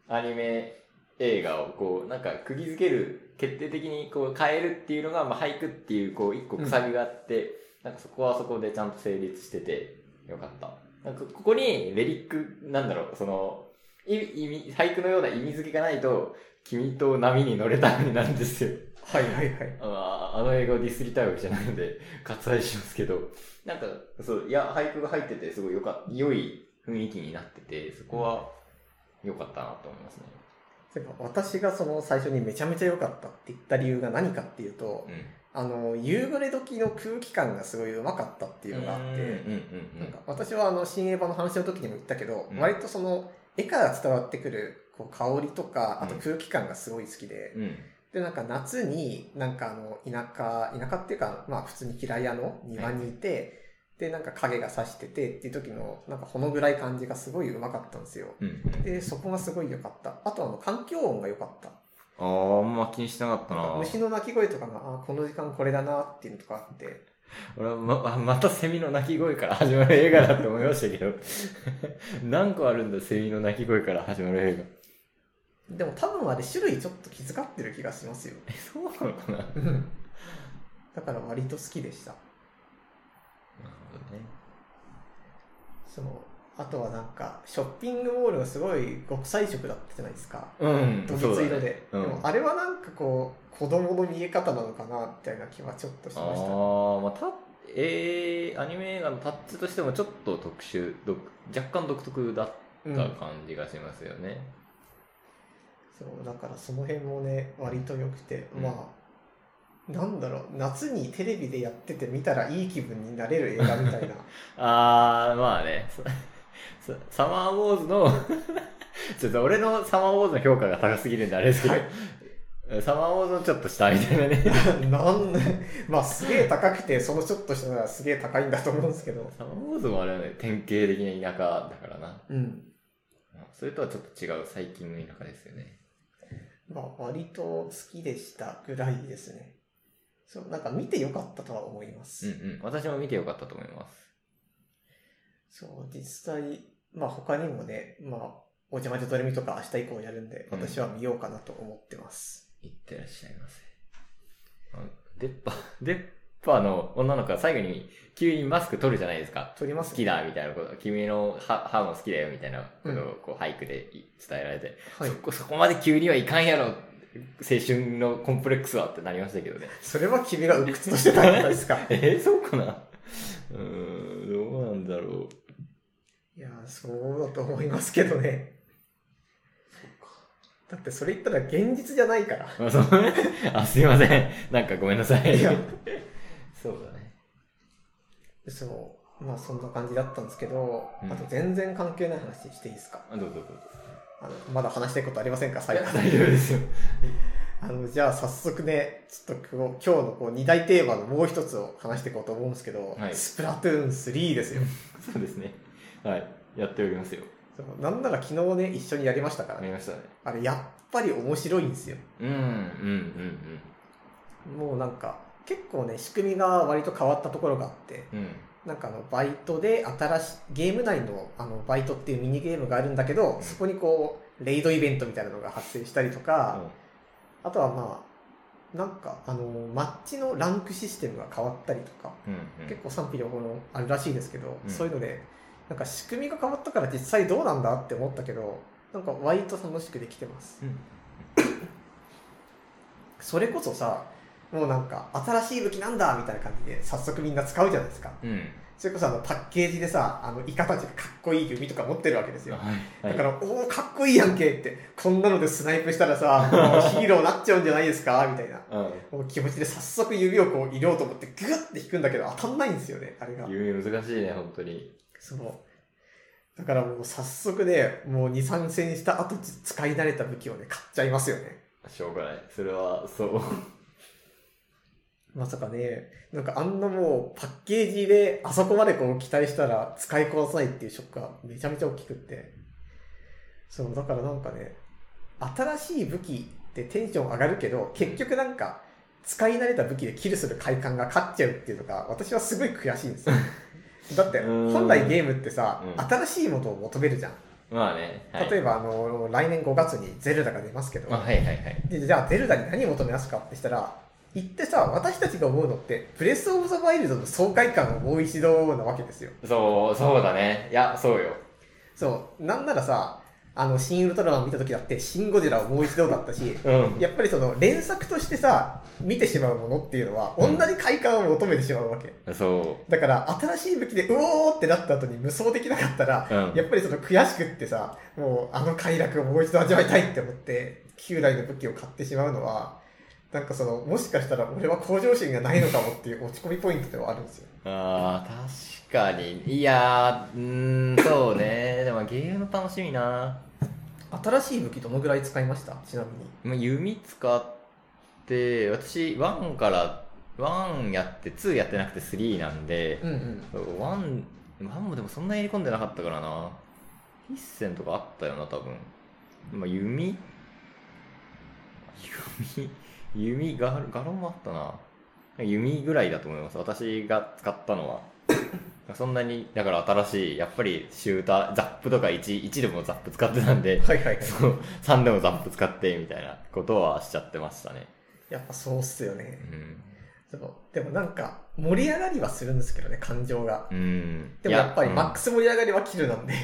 B: アニメ映画をこう、なんか釘付ける、決定的にこう変えるっていうのが、まあ、俳句っていうこう、一個くさびがあって、なんかそこはそこでちゃんと成立してて、よかった。なんかここにレリック、なんだろう、その、い意味、俳句のような意味付けがないと、君と波に乗れたのになんですよ。
A: はいはいはい。
B: [LAUGHS] ああの映画をディスりたいわけじゃないので、割愛しますけど、なんか、そう、いや、俳句が入ってて、すごいよか、良い雰囲気になってて、そこは、良かったなと思いますね。
A: てか私がその最初にめちゃめちゃ良かったって言った理由が何かっていうと、
B: う
A: あの、夕暮れ時の空気感がすごいうまかったって
B: ん。
A: いうのがあって、
B: うんうんうん。
A: なんか私はあの新映画の話の時にも言ったけど、
B: うん
A: 割とその絵から伝わってくるこう香りとかあと
B: うん
A: 空気感がすごい好きで、
B: うん。
A: でなんか夏になんかあの田舎田舎っていうかまあ普通に平屋の庭にいて、でなんか影が差しててっていう時のなんかほの暗い感じがすごいうまかったんですよ
B: うんうん。
A: でそこがすごい良かったあとあの環境音が良かった
B: ああ、あんま気にしてなかった
A: なんか
B: な。
A: 虫の鳴き声とかがあこの時間これだなっていうのとかあって
B: 俺はま、 [LAUGHS] またセミの鳴き声から始まる映画だって思いましたけど、 [LAUGHS] 何個あるんだ、セミの鳴き声から始まる映画。
A: でも多分あれ種類ちょっと気遣ってる気がしますよ
B: え、そうなのかななる
A: うん [LAUGHS] だから割と好きでした
B: ほどね。
A: そのあとはなんか、ショッピングモールがすごい極彩色だったじゃないですか。
B: うん
A: 土日
B: そう
A: 色
B: だ
A: で。
B: ね
A: で
B: うん
A: もあれはなんかこう、子供の見え方なのかな、みたいな気はちょっとしました。
B: ああ、まあ、た、えー、アニメ映画のタッチとしてもちょっと特殊、独若干独特だっ
A: うん
B: た感じがしますよね。
A: そう、だからその辺もね、割と良くて、
B: うん
A: まあ、なんだろう、夏にテレビでやってて見たらいい気分になれる映画みたい
B: [LAUGHS]
A: な。
B: ああ、まあね。 [LAUGHS] そそサマーウォーズの、 [LAUGHS] ちょっと俺のサマーウォーズの評価が高すぎるんであれですけど、
A: はい
B: サマーウォーズのちょっと下みたいなね。 [LAUGHS]
A: なんまあすげえ高くて、そのちょっとしたらすげえ高いんだと思うんですけど。
B: サマーウォーズもあれはね、典型的な田舎だからな。
A: うん。
B: それとはちょっと違う最近の田舎ですよね。
A: まあ割と好きでしたぐらいですね。そう、なんか見てよかったとは思いま
B: う
A: す。
B: んうん。私も見てよかったと思います。
A: そう、実際、まあ他にもね、まあ、お邪魔女ドレミとか明日以降やるんで、
B: うん
A: 私は見ようかなと思ってます。
B: いってらっしゃいませ。あデッパ、デッパの女の子が最後に急にマスク取るじゃないですか。
A: 撮ります
B: 好きだみたいなこと、君の歯歯も好きだよみたいなことをこう俳句で伝えられて、
A: はい
B: そ。こそこまで急にはいかんやろ、青春のコンプレックスはってなりましたけどね。 [LAUGHS]
A: それは君が鬱屈としてたんじゃないですか。
B: えー、そうかなうーん、どうなんだろう。
A: いやー、そうだと思いますけどね。だってそれ言ったら現実じゃないから。
B: あそう [LAUGHS] あ、すいません。なんかごめんなさい。
A: いや
B: [LAUGHS] そうだね。
A: そう。まあそんな感じだったんですけど、
B: うん
A: あと全然関係ない話していいですか
B: あどうぞどうぞ。
A: あのまだ話したいことありませんか
B: い
A: 最
B: や
A: 後
B: [LAUGHS] 大丈夫ですよ。
A: あのじゃあ早速ね、ちょっとこう今日のこう2大テーマのもう一つを話していこうと思うんですけど、
B: はい
A: スプラトゥーン3ですよ。
B: そうですね。はい。やっておりますよ。
A: そうなんなら昨日ね、一緒にやりましたから
B: あ
A: ね。
B: りましたね。
A: あれやっぱり面白いんですよ。
B: うん、うん、うん、
A: もうなんか、結構ね、仕組みが割と変わったところがあって、
B: うん。うん。
A: なんかあのバイトで新しいゲーム内のあのバイトっていうミニゲームがあるんだけどそこにこうレイドイベントみたいなのが発生したりとか、あとはまあなんかあのマッチのランクシステムが変わったりとか、
B: うん、うん。
A: 結構賛否両方のあるらしいですけど、
B: うん
A: そういうのでなんか仕組みが変わったから実際どうなんだって思ったけどなんか割と楽しくできてます
B: うん。
A: それこそさもうなんか新しい武器なんだみたいな感じで早速みんな使うじゃないですか
B: うん。
A: それこそあのパッケージでさ、あのイカたちがかっこいい弓とか持ってるわけですよ。
B: はい。は
A: だ
B: い
A: から、おお、かっこいいやんけって、こんなのでスナイプしたらさ、もうヒーローになっちゃうんじゃないですかみたいな。
B: う
A: もう気持ちで早速指をこう入れようと思って、グッて引くんだけど、当たんないんですよね、あれが
B: ん。。夢難しいね、本当に。
A: その、だからもう早速ね、もう2、3戦した後、使い慣れた武器をね、買っちゃいますよね。
B: しょうがない。それは、そう。 [LAUGHS]
A: まさかね、なんかあんなもうパッケージであそこまでこう期待したら使いこなさないっていうショックがめちゃめちゃ大きくって。そう、だからなんかね、新しい武器ってテンション上がるけど、結局なんか使い慣れた武器でキルする快感が勝っちゃうっていうのが私はすごい悔しいん
B: [LAUGHS]
A: ですよ。だって
B: うん
A: 本来ゲームってさ、
B: うん
A: 新しいものを求めるじゃん。
B: まあね。はい、
A: 例えばあの、来年5月にゼルダが出ますけど、
B: あ、はいはいはい。
A: でじゃあゼルダに何求めますかってしたら言ってさ私たちが思うのってプレス・オブ・ザ・ワイルドの爽快感をもう一度なわけですよ
B: そう、そうだね。いや、そうよ。
A: そうなんならさあのシン・ウルトラマン見た時だってシン・ゴジラをもう一度だったし
B: うん。
A: やっぱりその連作としてさ見てしまうものっていうのは同
B: う
A: じ
B: ん
A: 快感を求めてしまうわけ
B: そ
A: だから新しい武器でうおーってなった後に無双できなかったら
B: う。うん。
A: やっぱりその悔しくってさ、もうあの快楽をもう一度味わいたいって思って、旧来の武器を買ってしまうのは、なんかその、もしかしたら俺は向上心がないのかもっていう落ち込みポイントではあるんですよ。
B: ああ、確かに。いやー、うーん、そうね。でもゲーム楽しみな。
A: 新しい武器どのぐらい使いましたちなみに。
B: まあ、弓使って、私、1から、1やって、2やってなくて3なんで、
A: うんうん。
B: 1、1もでもそんなやり込んでなかったからな。一戦とかあったよな、多分。まあ、弓弓弓ガロ、ガロもあったな。弓ぐらいだと思います。私が使ったのは。そんなに、だから新しい、やっぱりシューター、ザップとか1、1でもザップ使ってたんで、
A: はいはいはい。
B: そう、3でもザップ使って、みたいなことはしちゃってましたね。
A: やっぱそうっすよ
B: う
A: ね。
B: ん。
A: そう。でもなんか、盛り上がりはするんですけどね、感情が。
B: うん。
A: でもやっぱり
B: い
A: マックス盛り上がりは切るなんで。
B: うん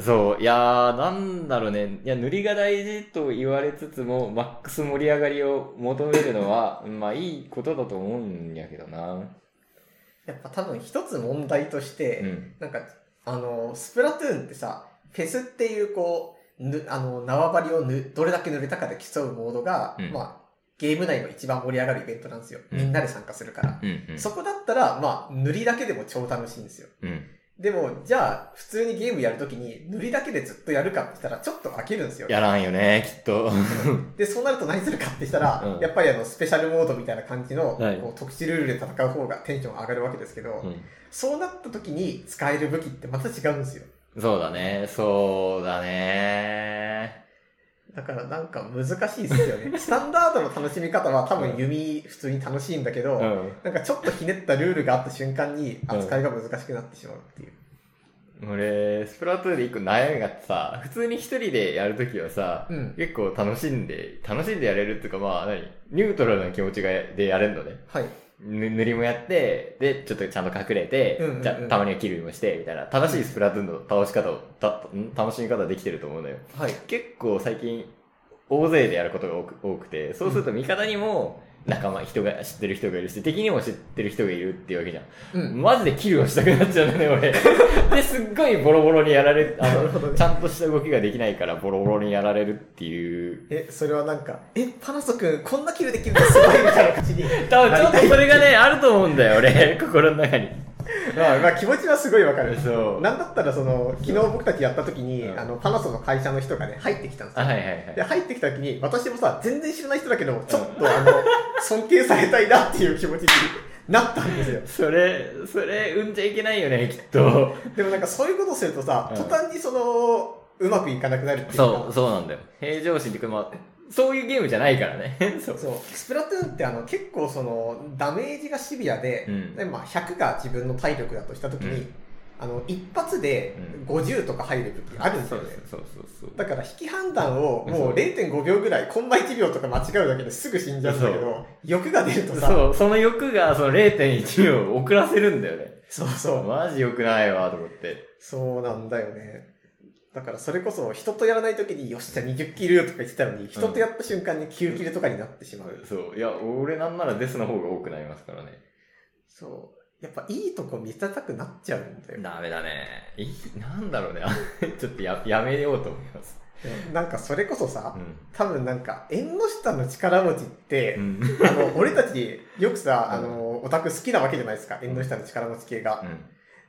B: そう。いやー、なんだろうね。いや、塗りが大事と言われつつも、マックス盛り上がりを求めるのは、 [LAUGHS] まあいいことだと思うんやけどな。
A: やっぱ多分一つ問題として、
B: うん。
A: なんか、あの、スプラトゥーンってさ、フェスっていうこう、ぬあの縄張りをぬどれだけ塗れたかで競うモードが、
B: うん
A: まあ、ゲーム内の一番盛り上がるイベントなんですよ。
B: うん
A: みんなで参加するから。
B: うん、うん。
A: そこだったら、まあ、塗りだけでも超楽しいんですよ。
B: うん。
A: でも、じゃあ、普通にゲームやるときに、塗りだけでずっとやるかって言ったら、ちょっと飽きるんですよ。
B: やらんよね、きっと。
A: で、そうなると何するかって言ったら、
B: うん
A: やっぱりあの、スペシャルモードみたいな感じの、
B: はい
A: こう特殊ルールで戦う方がテンション上がるわけですけど、
B: うん
A: そうなった時に使える武器ってまた違うんですよ。
B: そうだね、そうだね。
A: だからなんか難しいですよ
B: [LAUGHS]
A: ね。スタンダードの楽しみ方は多分弓普通に楽しいんだけど、
B: うん。
A: なんかちょっとひねったルールがあった瞬間に扱いが難しくなってしまうっていう。
B: 俺、スプラトゥーンで一個悩みがあってさ、普通に一人でやるときはさ、
A: うん。
B: 結構楽しんで、楽しんでやれるっていうか、まあ何、ニュートラルな気持ちがでやれるのね。
A: はい。
B: ぬ塗りもやって、で、ちょっとちゃんと隠れて、
A: うんうんうん
B: じゃたまにはキルもして、みたいな。正しいスプラトゥーンの倒し方を、たん楽しみ方できてると思うのよ。
A: はい。
B: 結構最近、大勢でやることが多く多くて、そうすると味方にも仲間、人が知ってる人がいるし、敵にも知ってる人がいるっていうわけじゃん。
A: うん。
B: マジでキルをしたくなっちゃうのね、 [LAUGHS] 俺。で、すっごいボロボロにやられ、あ
A: なるほど
B: の、
A: ね [LAUGHS]
B: ちゃんとした動きができないからボロボロにやられるっていう。
A: え、それはなんか、え、パナソ君こんなキルできるのすごいみたいな感じに。
B: [LAUGHS] 多分ちょっとそれ [LAUGHS] がね、あると思うんだよ、 [LAUGHS] 俺。心の中に。
A: [LAUGHS] まあ、まあ気持ちはすごいわかる。
B: そう。
A: なんだったらその、昨日僕たちやった時に、
B: うん
A: あの、パナソの会社の人がね、入ってきたんです
B: あ、
A: よ。
B: はいはいはい
A: で、。入ってきた時に、私もさ、全然知らない人だけど、ちょっとあ
B: [LAUGHS]
A: の、尊敬されたいなっていう気持ちになったんですよ。
B: それ、それ、産んじゃいけないよね、きっと。
A: でもなんかそういうことするとさ、
B: うん
A: 途端にその、うまくいかなくなるっていうか。
B: そう、そうなんだよ。平常心って、まあ、そういうゲームじゃないからね。そう。
A: そう。スプラトゥーンってあの結構その、ダメージがシビアで、
B: [LAUGHS] うん
A: でまあ100が自分の体力だとしたときに、
B: うん
A: あの、一発で50とか入る時あるんです
B: そ
A: よ
B: う
A: ね。
B: そうそうそう。
A: だから引き判断を
B: そ
A: も
B: う
A: う0.5秒ぐらい、コンマ1秒とか間違うだけですぐ死んじゃうんだけ
B: そ
A: ど、欲が出るとさ、
B: そう、その欲がその0.1秒遅らせるんだよね。
A: そうそう。
B: マジ良くないわ、と思って。
A: そうなんだよね。だからそれこそ人とやらないときに、よっしゃ20キルとか言ってたのに、人とやった瞬間に9キルとかになってしまう。
B: そう。いや、俺なんならデスの方が多くなりますからね。
A: そう。やっぱいいとこ見せたくなっちゃうんだよ。
B: ダメだね。いなんだろうね。 [LAUGHS] ちょっとややめようと思います。
A: なんかそれこそさ
B: う、ん。
A: 多分なんか縁の下の力持ちって、
B: うん。
A: あの、俺たちよくさ、あ
B: うん
A: の、オタク好きなわけじゃないですか。縁の下の力持ち系が
B: う。ん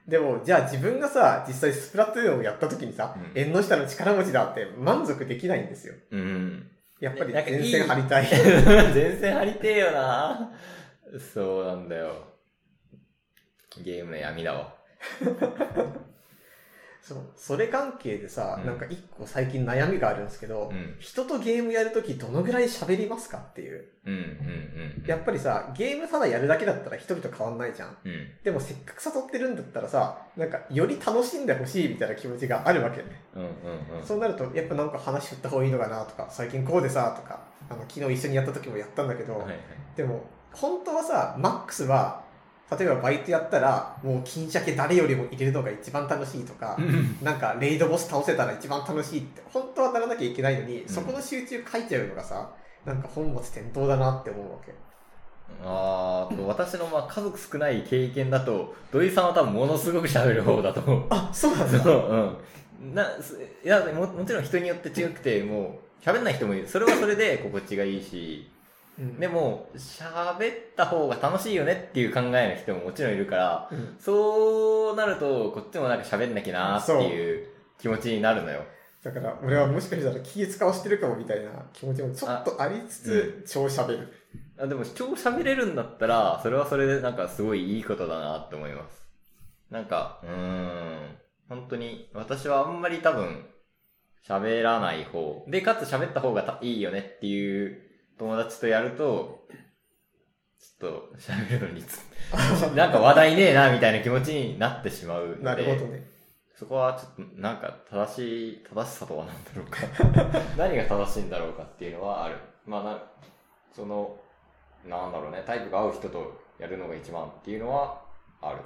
A: でも、じゃあ自分がさ、実際スプラトゥーンをやった時にさ、
B: うん
A: 縁の下の力持ちだって満足できないんですよ。
B: うん。
A: やっぱり
B: なんかいい
A: 前線張りたい。
B: [LAUGHS] 全然張りてえよな。そうなんだよ。ゲームの闇だわ。
A: そう。それ関係でさ、
B: うん
A: なんか一個最近悩みがあるんですけど、
B: うん。
A: 人とゲームやるときどのぐらい喋りますかっていう。
B: うん。うん。うん。
A: やっぱりさ、ゲームただやるだけだったら一人と変わんないじゃん。
B: うん。
A: でもせっかく誘ってるんだったらさ、なんかより楽しんでほしいみたいな気持ちがあるわけよね。
B: うん。うん。うん。
A: そうなると、やっぱなんか話振った方がいいのかなとか、最近こうでさ、とか、あの、昨日一緒にやった時もやったんだけど、
B: はいはい。
A: でも、本当はさ、マックスは、例えばバイトやったら、もう金鮭誰よりも入れるのが一番楽しいとか、
B: うん
A: なんかレイドボス倒せたら一番楽しいって本当はならなきゃいけないのに、
B: ん
A: そこの集中書いちゃうのがさなんか本末転倒だなって思うわけ
B: あーと私のまあ家族少ない経験だと、土井さんは多分ものすごく喋る方だと思う。
A: あそうなんだ
B: そう、うん。な、すいやも、もちろん人によって違くて、もう、喋んない人もいる。それはそれで心地がいいし、
A: うん
B: でも、喋った方が楽しいよねっていう考えの人ももちろんいるから、
A: うん
B: そうなると、こっちもなんか喋んなきゃなっていう気持ちになるのよ。
A: だから俺はもしかしたら気使わしてるかもみたいな気持ちもちょっとありつつ超喋る [LAUGHS]
B: あでも、超喋れるんだったら、それはそれでなんかすごいいいことだなって思います。なんか、うーん。本当に、私はあんまり多分、喋らない方。で、かつ喋った方がたいいよねっていう友達とやると、ちょっと喋るのにつ、なんか話題ねえなみたいな気持ちになってしまうので。
A: なるほどね
B: そこはちょっと、なんか、正しい、正しさとは何だろうか。
A: [LAUGHS]
B: 何が正しいんだろうかっていうのはある。まあ、な、その、なんだろうね、タイプが合う人とやるのが一番っていうのはある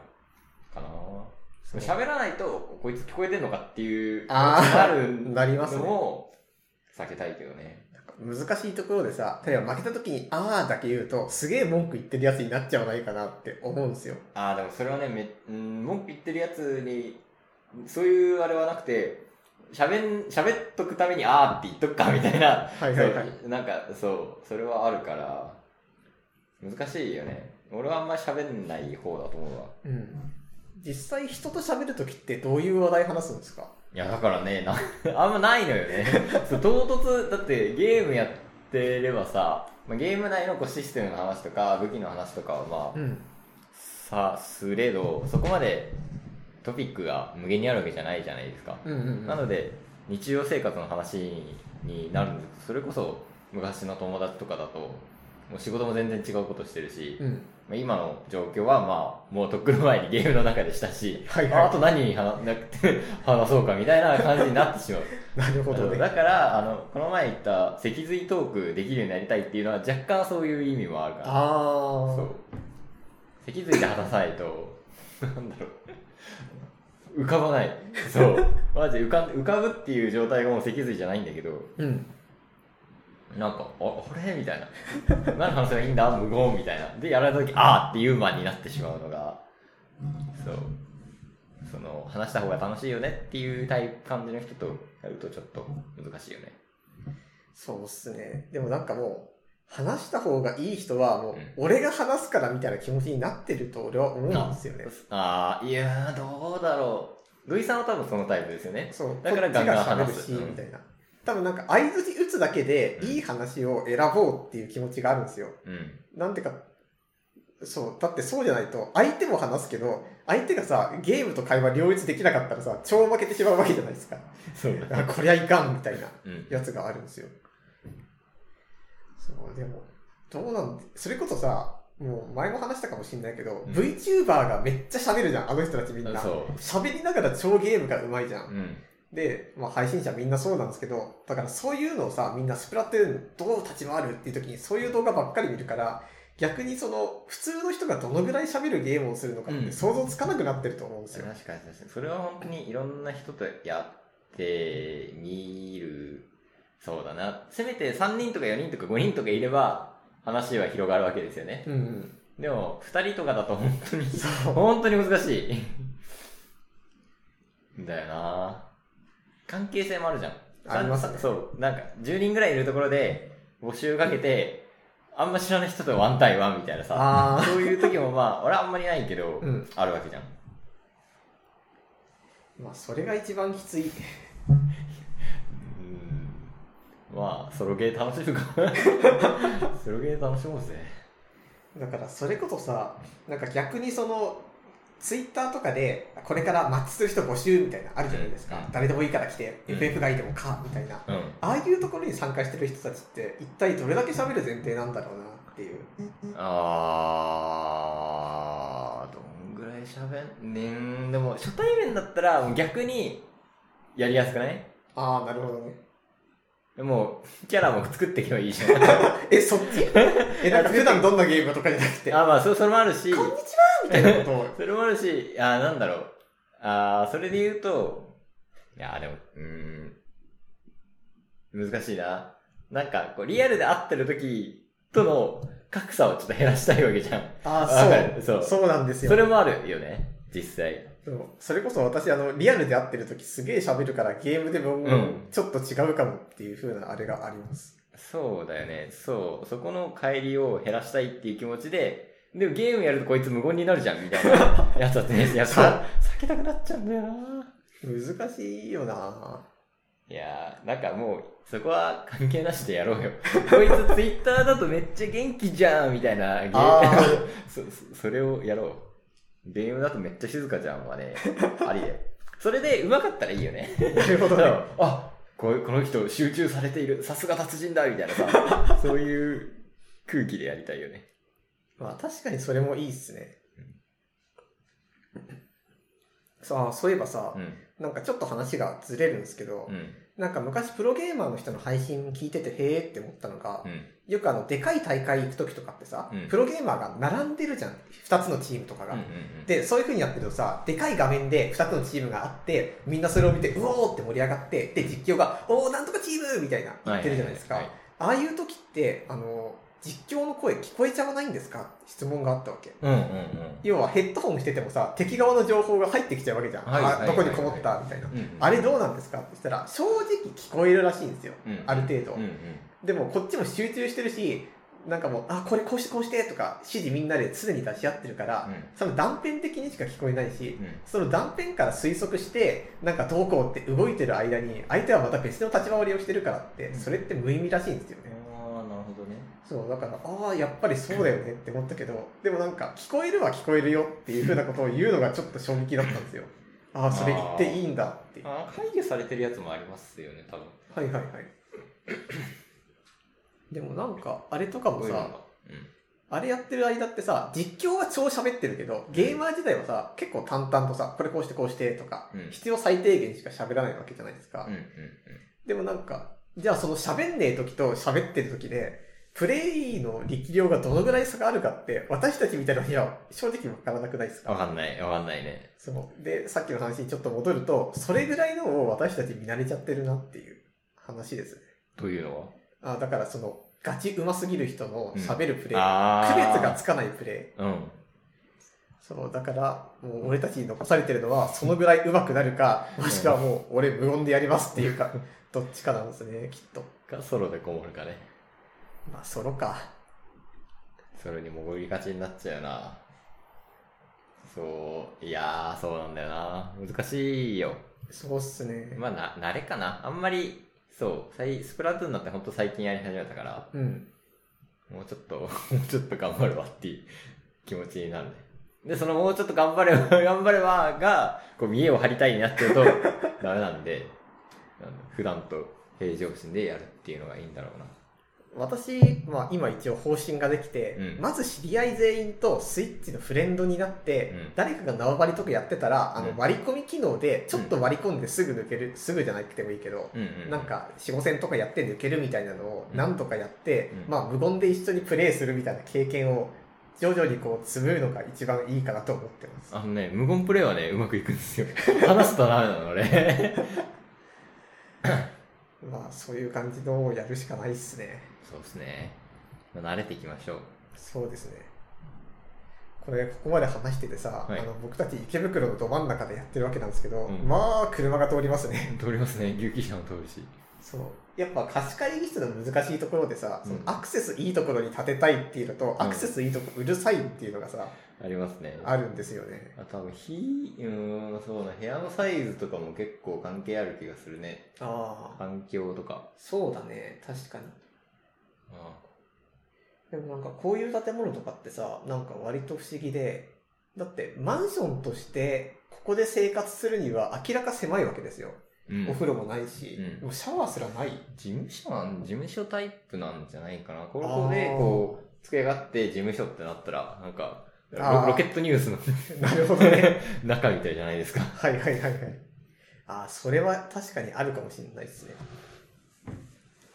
B: かな
A: そう
B: 喋らないと、こいつ聞こえてんのかっていう、
A: あー
B: なる
A: なりますね
B: のも避けたいけどね。
A: 難しいところでさ、例えば負けた時に、あーだけ言うと、すげえ文句言ってるやつになっちゃわないかなって思うんですよ。
B: ああ、でもそれはね、めうん文句言ってるやつに、そういうあれはなくて、喋ん、喋っとくために、あーって言っとくか、みたいな。
A: はいはいはい。
B: そうなんか、そう、それはあるから、難しいよね。俺はあんまり喋んない方だと思うわ。
A: うん。実際人と喋る時ってどういう話題話すんですか
B: いや、だからね、な [LAUGHS] あんまないのよ [LAUGHS] ね。そう唐突、だってゲームやってればさ、まあ、ゲーム内のこうシステムの話とか、武器の話とかはまあ、
A: ん。
B: さすれど、そこまでトピックが無限にあるわけじゃないじゃないですか。
A: うんうん、うん。
B: なので、日常生活の話になるんですそれこそ昔の友達とかだと、もう仕事も全然違うことしてるし、
A: うん。
B: まあ今の状況はまあ、もうとっくの前にゲームの中でしたし、
A: はい
B: ああ
A: は
B: と何話なくて話そうかみたいな感じになってしまう。
A: い。なるほど
B: そう
A: ね。
B: だから、あの、この前言った脊髄トークできるようになりたいっていうのは若干そういう意味もあるから。
A: あ
B: そう。脊髄で話さないと、 [LAUGHS] なんだろう。浮かばない。そう。マジで浮かん浮かぶっていう状態がもう脊髄じゃないんだけど、
A: ー。うん。
B: なんか、あ、あれみたいな。何話せばいいんだ無言みたいな。で、やられた時、あーっていうマンになってしまうのが、そう。その、話した方が楽しいよねっていうタイプ、感じの人とやるとちょっと難しいよね。
A: そうっすね。でもなんかもう、話した方がいい人は、もう
B: うん、
A: 俺が話すからみたいな気持ちになってると俺は思うんですよね。
B: あー、いやー、どうだろう。土井さんは多分そのタイプですよね。
A: そう。
B: だからガンガン話す
A: こっちが喋るし、
B: うん
A: みたいな。多分なんか、相槌打つだけで、
B: うん
A: いい話を選ぼうっていう気持ちがあるんですよ。
B: うん。
A: なんてか、そう、だってそうじゃないと、相手も話すけど、相手がさ、ゲームと会話両立できなかったらさ、超負けてしまうわけじゃないですか。
B: そう
A: あこりゃいかんみたいな
B: うん。
A: やつがあるんですよ。そう、でも、どうなんそれこそさ、もう前も話したかもしんないけど、
B: うん
A: VTuber がめっちゃ喋るじゃん、あの人たちみんな。
B: そ
A: 喋りながら超ゲームが上手いじゃ
B: う。
A: ん。
B: うん。
A: で、まあ配信者みんなそうなんですけど、だからそういうのをさ、みんなスプラトゥーンどう立ち回るっていう時にそういう動画ばっかり見るから、逆にその普通の人がどのぐらい喋るゲームをするのかっ
B: うん
A: て想像つかなくなってると思うんです
B: 確
A: よ
B: か。に確かに。それは本当にいろんな人とやってみる、そうだな。せめて3人とか4人とか5人とかいれば、話は広がるわけですよね。
A: うん、うん。
B: でも、2人とかだと本当に、
A: そう。
B: 本当に難しい。だよな関係性もあるじゃん。
A: ありますね
B: そう。なんか、10人ぐらいいるところで、募集かけて、あんま知らない人とワン対ワンみたいなさ。
A: あ
B: そういう時もまあ、俺はあんまりないけど、
A: うん
B: あるわけじゃん。
A: あ。まあそれが一番きつい。
B: まあ、ソロゲー楽しむか。ソロゲー楽しもうぜ。
A: だからそれこそさ、なんか逆にその、ツイッターとかで、これからマッチする人募集みたいなのあるじゃないですか。
B: うん
A: 誰でもいいから来て、
B: うん
A: FF がいてもか、みたいな。
B: うん。
A: ああいうところに参加してる人たちって、一体どれだけ喋る前提なんだろうなっていう。
B: あー、どんぐらい喋んねん、でも初対面だったらもう逆にやりやすくない
A: ああ、なるほどね。
B: もう、キャラも作っていけばいいじゃん。あ、
A: え、 [LAUGHS] そっちえ、なんか普段どんなゲームとかじゃなくて、こ
B: まあ、そそれもあるし、
A: んにちはみたいなことを。
B: それもあるし、あーなんだろう。あーそれで言うと、いやーでも、うーん、難しいな。なんか、こう、リアルで会ってる時との格差をちょっと減らしたいわけじゃん。
A: あ
B: わか
A: あ、
B: る
A: そう。そうなんですよ。
B: それもあるよね、実際。
A: そうそれこそ私、あの、リアルで会ってる時すげえ喋るから、ゲームでも
B: ん
A: ちょっと違うかもっていう風なあれがあります。
B: そうだよね。そう。そこの帰りを減らしたいっていう気持ちで、でもゲームやるとこいつ無言になるじゃん、みたい
A: [LAUGHS]
B: なやつだってね。やっ
A: そう
B: ぱ、避けたくなっちゃうんだよな。
A: 難しいよない
B: やー、なんかもう、そこは関係なしでやろうよ。こいつツイッターだとめっちゃ元気じゃんみたいなゲ
A: あ
B: ー [LAUGHS] そ、そそれをやろう。ゲームだとめっちゃ静かじゃん
A: [LAUGHS]
B: はね、ありで。それで上手かったらいいよね。
A: なるほどね。
B: あこうこの人集中されている、さすが達人だみたいなさ、そういう空気でやりたいよね。
A: まあ確かにそれもいいっすね。さあ、そういえばさ、
B: うん。
A: なんかちょっと話がずれるんですけど、
B: うん。
A: なんか昔プロゲーマーの人の配信聞いてて、へえって思ったのが
B: う、ん。
A: よくあの、でかい大会行く時とかってさ、
B: うん
A: プロゲーマーが並んでるじゃん。二つのチームとかが。
B: うんうんうん
A: で、そういう風にやってるとさ、でかい画面で2つのチームがあって、みんなそれを見て、うおーって盛り上がって、で、実況が、おー、なんとかチームみたいな言ってるじゃないです
B: はは
A: か。ああいう時って、あの、実況の声聞こえちゃわないんですかって質問があったわけ。
B: はいはいうんうんうん。
A: 要はヘッドホンしててもさ、敵側の情報が入ってきちゃうわけじゃん。
B: はいはいはいは
A: あ、
B: い
A: どこにこもったみたいな。
B: うんうん
A: あれどうなんですかって言ったら、正直聞こえるらしいんですよ。
B: うん
A: ある程度。
B: うんうん
A: でもこっちも集中してるし、なんかもう、あ、これこうしてこうしてとか、指示みんなで常に出し合ってるから、その断片的にしか聞こえないし、
B: うんうん
A: その断片から推測して、なんかどうこうって動いてる間に、相手はまた別の立場を利用してるからって、それって無意味らしいんですよね。
B: ああ、なるほどね。
A: そう、だから、ああ、やっぱりそうだよねって思ったけど、でもなんか、聞こえるは聞こえるよっていうふうなことを言うのがちょっと衝撃だったんですよ。ああ、それ言っていいんだって。は
B: ああ、配慮されてるやつもありますよね、多分。
A: いはいはい。 [LAUGHS] でもなんか、あれとかも
B: こういうの
A: さ
B: が、うん。
A: あれやってる間ってさ、実況は超喋ってるけど、ゲーマー自体はさ、結構淡々とさ、これこうしてこうしてとか、
B: うん
A: 必要最低限しか喋らないわけじゃないですか。
B: うんうん
A: でもなんか、じゃあその喋んねえ時と喋ってる時で、プレイの力量がどのぐらい差があるかって、私たちみたいな人は正直わからなくないです
B: うん。わ
A: か
B: かんない、わかんないね。
A: そう。で、さっきの話にちょっと戻ると、それぐらいのを私たち見慣れちゃってるなっていう話ですね。
B: というのは
A: あだからその、ガチ上手すぎる人の喋るプレイ、
B: あ
A: 区
B: ー
A: 別がつかないプレイ。
B: うん。
A: そう、だから、もう俺たちに残されてるのは、そのぐらい上手くなるか、もしくはもう俺無言でやりますって
B: [LAUGHS]
A: いうか、どっちかなんですね、きっと。
B: か、ソロでこもるかね。
A: まあ、ソロか。
B: ソロに潜りがちになっちゃうな。そう、いやー、そうなんだよな。難しいよ。
A: そうっすね。
B: まあ、な、慣れかな。あんまり、そう、最スプラトゥーンだってほんと最近やり始めたから、
A: うん。
B: もうちょっと、 [LAUGHS] もうちょっと頑張るわっていう気持ちになるね。で、そのもうちょっと頑張れば、 [LAUGHS] 頑張ればが、こう見栄を張りたいになっちゃうと、 [LAUGHS] ダメなんで、あの普段と平常心でやるっていうのがいいんだろうな。
A: 私、まあ今一応方針ができて、
B: うん
A: まず知り合い全員とスイッチのフレンドになって、
B: うん
A: 誰かが縄張りとかやってたら、あ
B: うん
A: の割り込み機能で、ちょっと割り込んですぐ抜ける、すぐじゃなくてもいいけど、
B: うんうん、
A: なん、か4、5戦とかやって抜けるみたいなのを
B: うん
A: 何とかやって、
B: うん
A: まあ無言で一緒にプレイするみたいな経験を徐々にこう積むのが一番いいかなと思ってます。
B: あのね、無言プレイはね、うまくいくんです [LAUGHS] よ。話すとダメなの、俺。
A: まあそういう感じのをやるしかないっすね。
B: [LAUGHS] そうですね。まあ慣れていきましょう。
A: そうですね。これ、ここまで話しててさ、
B: はい
A: あの僕たち池袋のど真ん中でやってるわけなんですけど、
B: うん
A: まあ、車が通ります
B: [LAUGHS]
A: ね。
B: 通りますね、牛記者も通るし。
A: そう。やっぱ貸し会議室の難しいところでさ、
B: うん
A: そのアクセスいいところに建てたいっていうのと、
B: ん
A: アクセスいいとこうるさいっていうのがさ、
B: ありますね。
A: あるんですよね。
B: あ多分ひうーん、そうな、部屋のサイズとかも結構関係ある気がするね。
A: ああ、
B: 環境とか。
A: そうだね、確かに。
B: あ
A: でもなんかこういう建物とかってさ、なんか割と不思議で、だってマンションとして、ここで生活するには明らか狭いわけですよ。
B: うん、
A: お風呂もないし、
B: うん
A: もうシャワーすらない。
B: 事務所なん、事務所タイプなんじゃないかな。こ
A: あ
B: こ
A: ー
B: で、こう、机があって事務所ってなったら、なんか、
A: あー
B: ロロケットニュースの
A: [LAUGHS] なるほどね。
B: 中みたいじゃないですか。
A: はいはいはいはい。ああ、それは確かにあるかもしれないですね。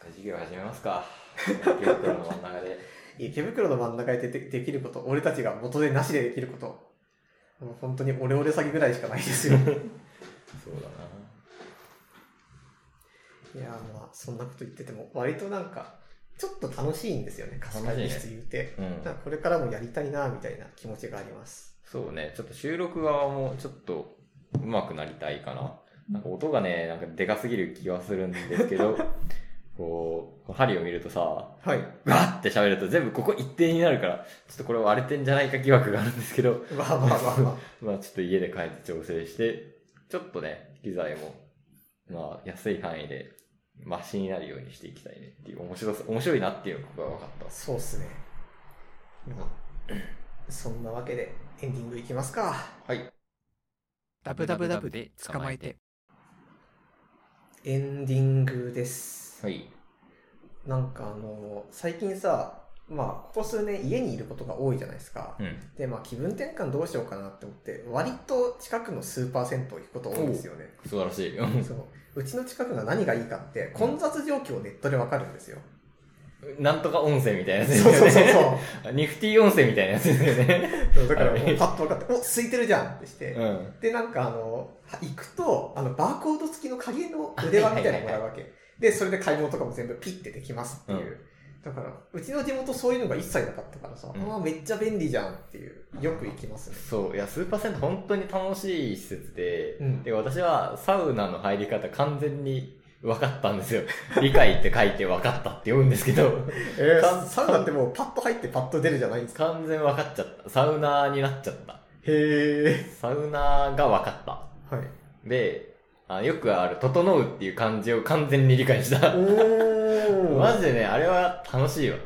B: 授業始めます [LAUGHS] か。ゲートの真ん中で。
A: 池袋の真ん中ででできること、俺たちが元でなしでできること、もう本当にオレオレ詐欺ぐらいしかないですよ。
B: そうだな。
A: いやーまあ、そんなこと言ってても、割となんか、ちょっと楽しいんですよね、貸し会議室言うて。
B: うん
A: なんかこれからもやりたいなみたいな気持ちがあります。
B: そうね、ちょっと収録側もちょっと上手くなりたいかな。なんか音がね、なんかでかすぎる気はするんですけ
A: [LAUGHS]
B: ど、こう、針を見るとさ、
A: はい。 [LAUGHS]
B: ガーって喋ると全部ここ一定になるから、ちょっとこれ割れてんじゃないか疑惑があるんですけど、 [LAUGHS]
A: まあまあまあまあ。
B: まあちょっと家で帰って調整して、ちょっとね、機材も、まあ安い範囲で、マシになるようにしていきたいねっていう、面白さ、面白いなっていうのがここが分かった。
A: そうっすね。まあ、そんなわけで、エンディングいきますか。
B: はい。
A: ダ
B: ブダブダブで捕まえて。
A: エンディングです。
B: はい。
A: なんかあの、最近さ、まあ、ここ数年家にいることが多いじゃないですか。
B: うん。
A: で、まあ、気分転換どうしようかなって思って、割と近くのスーパー銭湯行くこと多いんですよね。
B: 素晴らしい。 [LAUGHS] うん
A: そのうちの近くが何がいいかって、混雑状況をネットでわかるんですよ。
B: なんとか音声みたいなやつです
A: そ
B: よ
A: う
B: ね。
A: そうそう
B: [LAUGHS] ニフティ音声みたいなやつですよ
A: [LAUGHS]
B: ね。
A: そう。だからもうパッと分かって、お、空いてるじゃんってして。
B: うん。
A: で、なんかあの、は行くと、あの、バーコード付きの鍵の腕輪みたいなのもらうわけ。で、それで買い物とかも全部ピッてできますっていう。だから、うちの地元そういうのが一切なかったからさ、
B: うん
A: ああ、めっちゃ便利じゃんっていう。よく行きますね。
B: そう。いや、スーパーセント本当に楽しい施設で、
A: うん
B: で、私はサウナの入り方完全に分かったんですよ。 [LAUGHS] 理解って書いて分かったって読むんですけど、
A: [LAUGHS] え
B: かん
A: サウナってもうパッと入ってパッと出るじゃないんですか。
B: 完全分かっちゃった。サウナーになっちゃった。
A: へ
B: サウナーが分かった。
A: ー。はい。
B: で、あよくある、整うっていう漢字を完全に理解した。
A: お
B: マジでね、あれは楽しいわ。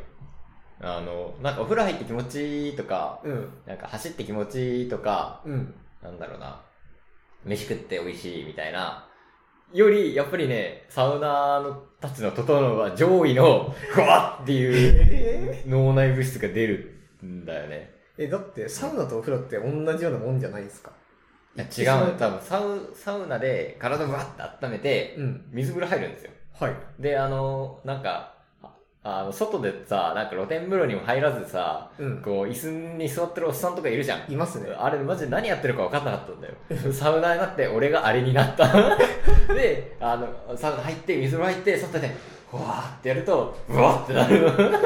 B: あの、なんかお風呂入って気持ちいいとか、
A: うん。
B: なんか走って気持ちいいとか、
A: うん。
B: なんだろうな、飯食って美味しいみたいな、より、やっぱりね、サウナーのたちの整うは上位の、ふわっっていう
A: え
B: 脳内物質が出るんだよね。
A: ー、え、だって、サウナとお風呂って同じようなもんじゃないですか。
B: いや違うの多分サウ、サウナで体をわって温めて、
A: うん。
B: 水風呂入るんですよ。
A: はい。
B: で、あの、なんか、ああの、外でさ、なんか露天風呂にも入らずさ、
A: うん。
B: こう、椅子に座ってるおっさんとかいるじゃん。
A: いますね。
B: あれマジで何やってるか分かんなかったんだよ。サウナーになって、俺があれになった。
A: [LAUGHS]
B: で、あの、サウナ入って、水風呂入って、外で、ふわーってやると、うわーってなる
A: [LAUGHS]
B: の。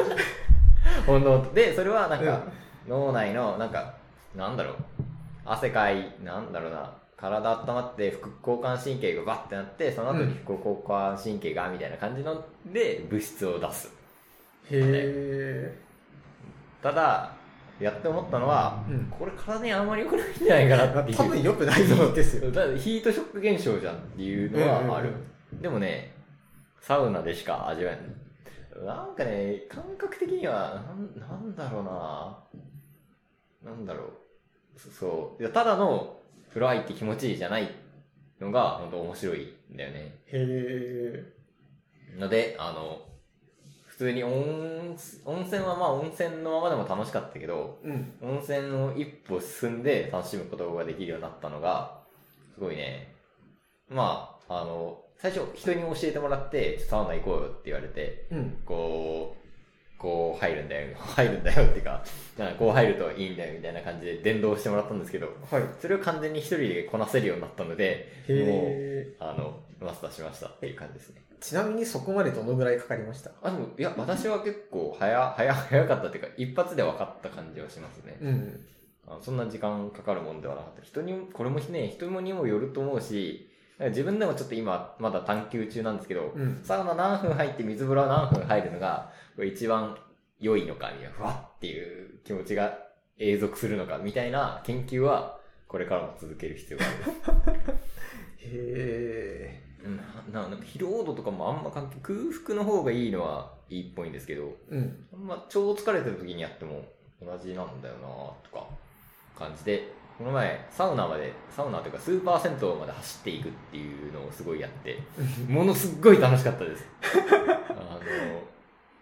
B: ほんので、それはなんか、脳内の、なんか、なんだろう、汗かい、なんだろうな、体温まって、副交感神経がバッてなって、その後に副交感神経が、みたいな感じので、物質を出す。
A: へ
B: ただ、やって思ったのは、
A: うん
B: これ体にあんまり良くないんじゃないかなっ
A: ー。
B: ていう。
A: 多分良くないですよ。
B: だからヒートショック現象じゃんっていうのはある。でもね、サウナでしか味わえない。なんかね、感覚的には、なんなんだろうななんだろう。そそう。いやただの、風呂入って気持ちいいじゃないのが、本当面白いんだよね。
A: へ
B: ので、あの、普通に温温泉はまあ温泉のままでも楽しかったけど、
A: え。うん。
B: 温泉を一歩進んで楽しむことができるようになったのが、すごいね、まあ、あの、最初人に教えてもらって、サウナ行こうよって言われて、
A: うん。
B: こう、こう入るんだよ、 [LAUGHS] 入るんだよっていうか、なんかこう入るといいんだよみたいな感じで伝道してもらったんですけど、
A: はい。
B: それを完全に一人でこなせるようになったので、
A: へ
B: あの、マスターしましたっていう感じですね。
A: え。ちなみにそこまでどのぐらいかかりました
B: あ、でも、いや、私は結構早、早、早かったっていうか、一発で分かった感じはしますね。
A: うん。
B: あそんな時間かかるもんではなかった。人にも、これもね、人にもよると思うし、自分でもちょっと今、まだ探求中なんですけど、
A: うん。
B: サウナ何分入って水風呂は何分入るのが、これ一番良いのか、みたいな、ふわっていう気持ちが永続するのか、みたいな研究は、これからも続ける必要がある。
A: へえ。
B: うんなななんか疲労度とかもあんま関係、空腹の方がいいのはいいっぽいんですけど、
A: うん。
B: あんま超疲れてる時にやっても同じなんだよなとか感じで、この前サウナまで、サウナというかスーパー銭湯まで走っていくっていうのをすごいやって、 [LAUGHS] ものすっごい楽しかったです。あの、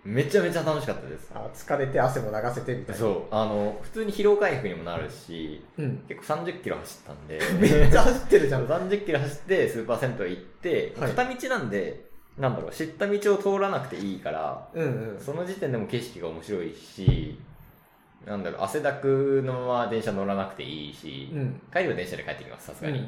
B: めちゃめちゃ楽しかったです。
A: あ疲れて汗も流せてみたいな。う。
B: そう、あの、普通に疲労回復にもなるし、
A: うん。 [LAUGHS]
B: 結構30キロ走ったん [LAUGHS] で、
A: めっちゃ走ってるじゃん。
B: 30キロ走ってスーパー銭湯行って、
A: はい
B: 片道なんで、なんだろう、知った道を通らなくていいから、
A: うんうん。
B: その時点でも景色が面白いし、なんだろう、汗だくのまま電車乗らなくていいし、
A: うん。
B: 帰りは電車で帰ってきます、さすがに。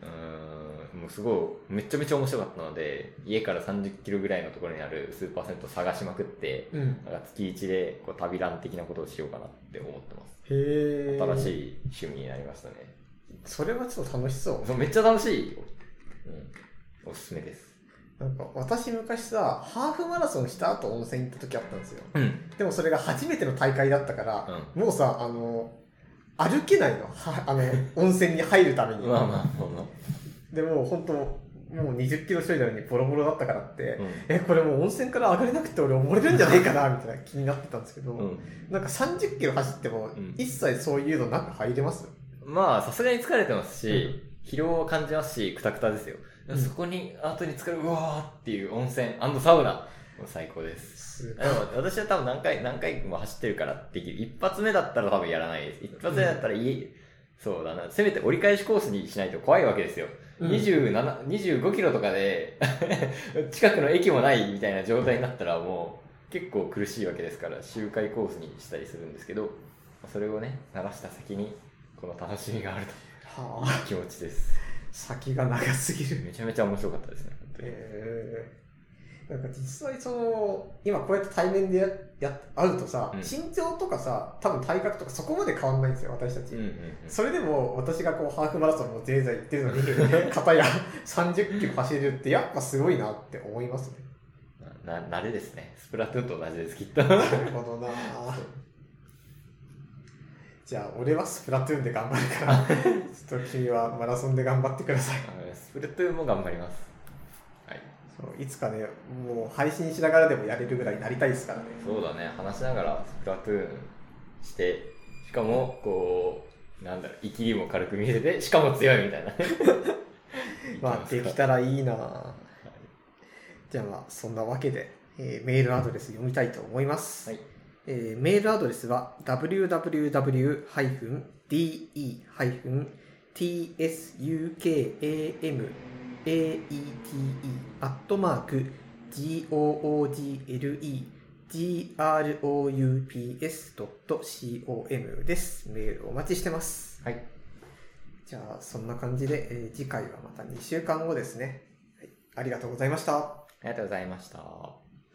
B: うーん、もうすごい、めちゃめちゃ面白かったので、家から30キロぐらいのところにあるスーパー銭湯探しまくって、
A: うん。
B: なんか月1でこう旅ラン的なことをしようかなって思ってます。
A: へえ。
B: 新し
A: い。
B: い趣味になりましたね。
A: それはちょっと楽しそう。
B: そうめっちゃ楽しいよ。うん。おすすめです。
A: なんか私昔さ、ハーフマラソンした後温泉行った時あったんですよ。
B: うん。
A: でもそれが初めての大会だったから、
B: うん。
A: もうさ、あの、歩けないの。はあの、温泉に入るために。
B: まあまあまあまあ。
A: でも、本当もう20キロちょいなのにボロボロだったからって、
B: う
A: え、これもう温泉から上がれなくて俺溺れるんじゃないかな、みたいな気になってたんですけど、
B: ん。うん。
A: なんか30キロ走っても
B: ん、
A: 一切そういうのなんか入れます、
B: まあ、さすがに疲れてますし、疲労を感じますし、くたくたですよ
A: う。ん
B: そこに、後に疲れる、うわーっていう温泉サウナ。もう最高です。
A: す
B: でも私は多分何回、何回も走ってるからできる。一発目だったら多分やらないです。一発目だったらいい、そうだな。せめて折り返しコースにしないと怖いわけですよ。
A: うん
B: 27 25キロとかで [LAUGHS] 近くの駅もないみたいな状態になったらもう結構苦しいわけですから周回コースにしたりするんですけどそれをね鳴らした先にこの楽しみがある
A: [LAUGHS]
B: と
A: はあ、
B: 気持ちです
A: 先が長すぎる。
B: めちゃめちゃ面白かったですね本当に、
A: えー、なんか実際その、今こうやって対面でやや会うとさ、
B: うん
A: 身長とかさ、多分体格とかそこまで変わんないんですよ、私たち。
B: うんうんうん
A: それでも私がこうハーフマラソンをぜいぜい行ってるのに、 [LAUGHS] 片や30キロ走れるってやっぱすごいなって思いますね。
B: なな慣れですねスプラトゥーンと同じですきっ
A: [LAUGHS]
B: と
A: なるほどなじゃあ俺はスプラトゥーンで頑張る [LAUGHS] からちょっと君はマラソンで頑張ってください
B: スプラトゥーンも頑張りますはい
A: そういつかねもう配信しながらでもやれるぐらいになりたいですからね
B: そうだね、話しながらスプラトゥーンして、しかも、こう、なんだろう、生きりも軽く見せて、しかも強いみたいな。
A: まあでき
B: は
A: たらいいなじゃあまあそんなわけで、えーメールアドレス読みたいと思います、
B: い。
A: えーメールアドレスは www-de-tsukameaete.google.groups.com です。メールお待ちしてます。
B: はい。
A: じゃあ、そんな感じで、えー次回はまた2週間後ですね。はい、ありがとうございました。
B: ありがとうございました。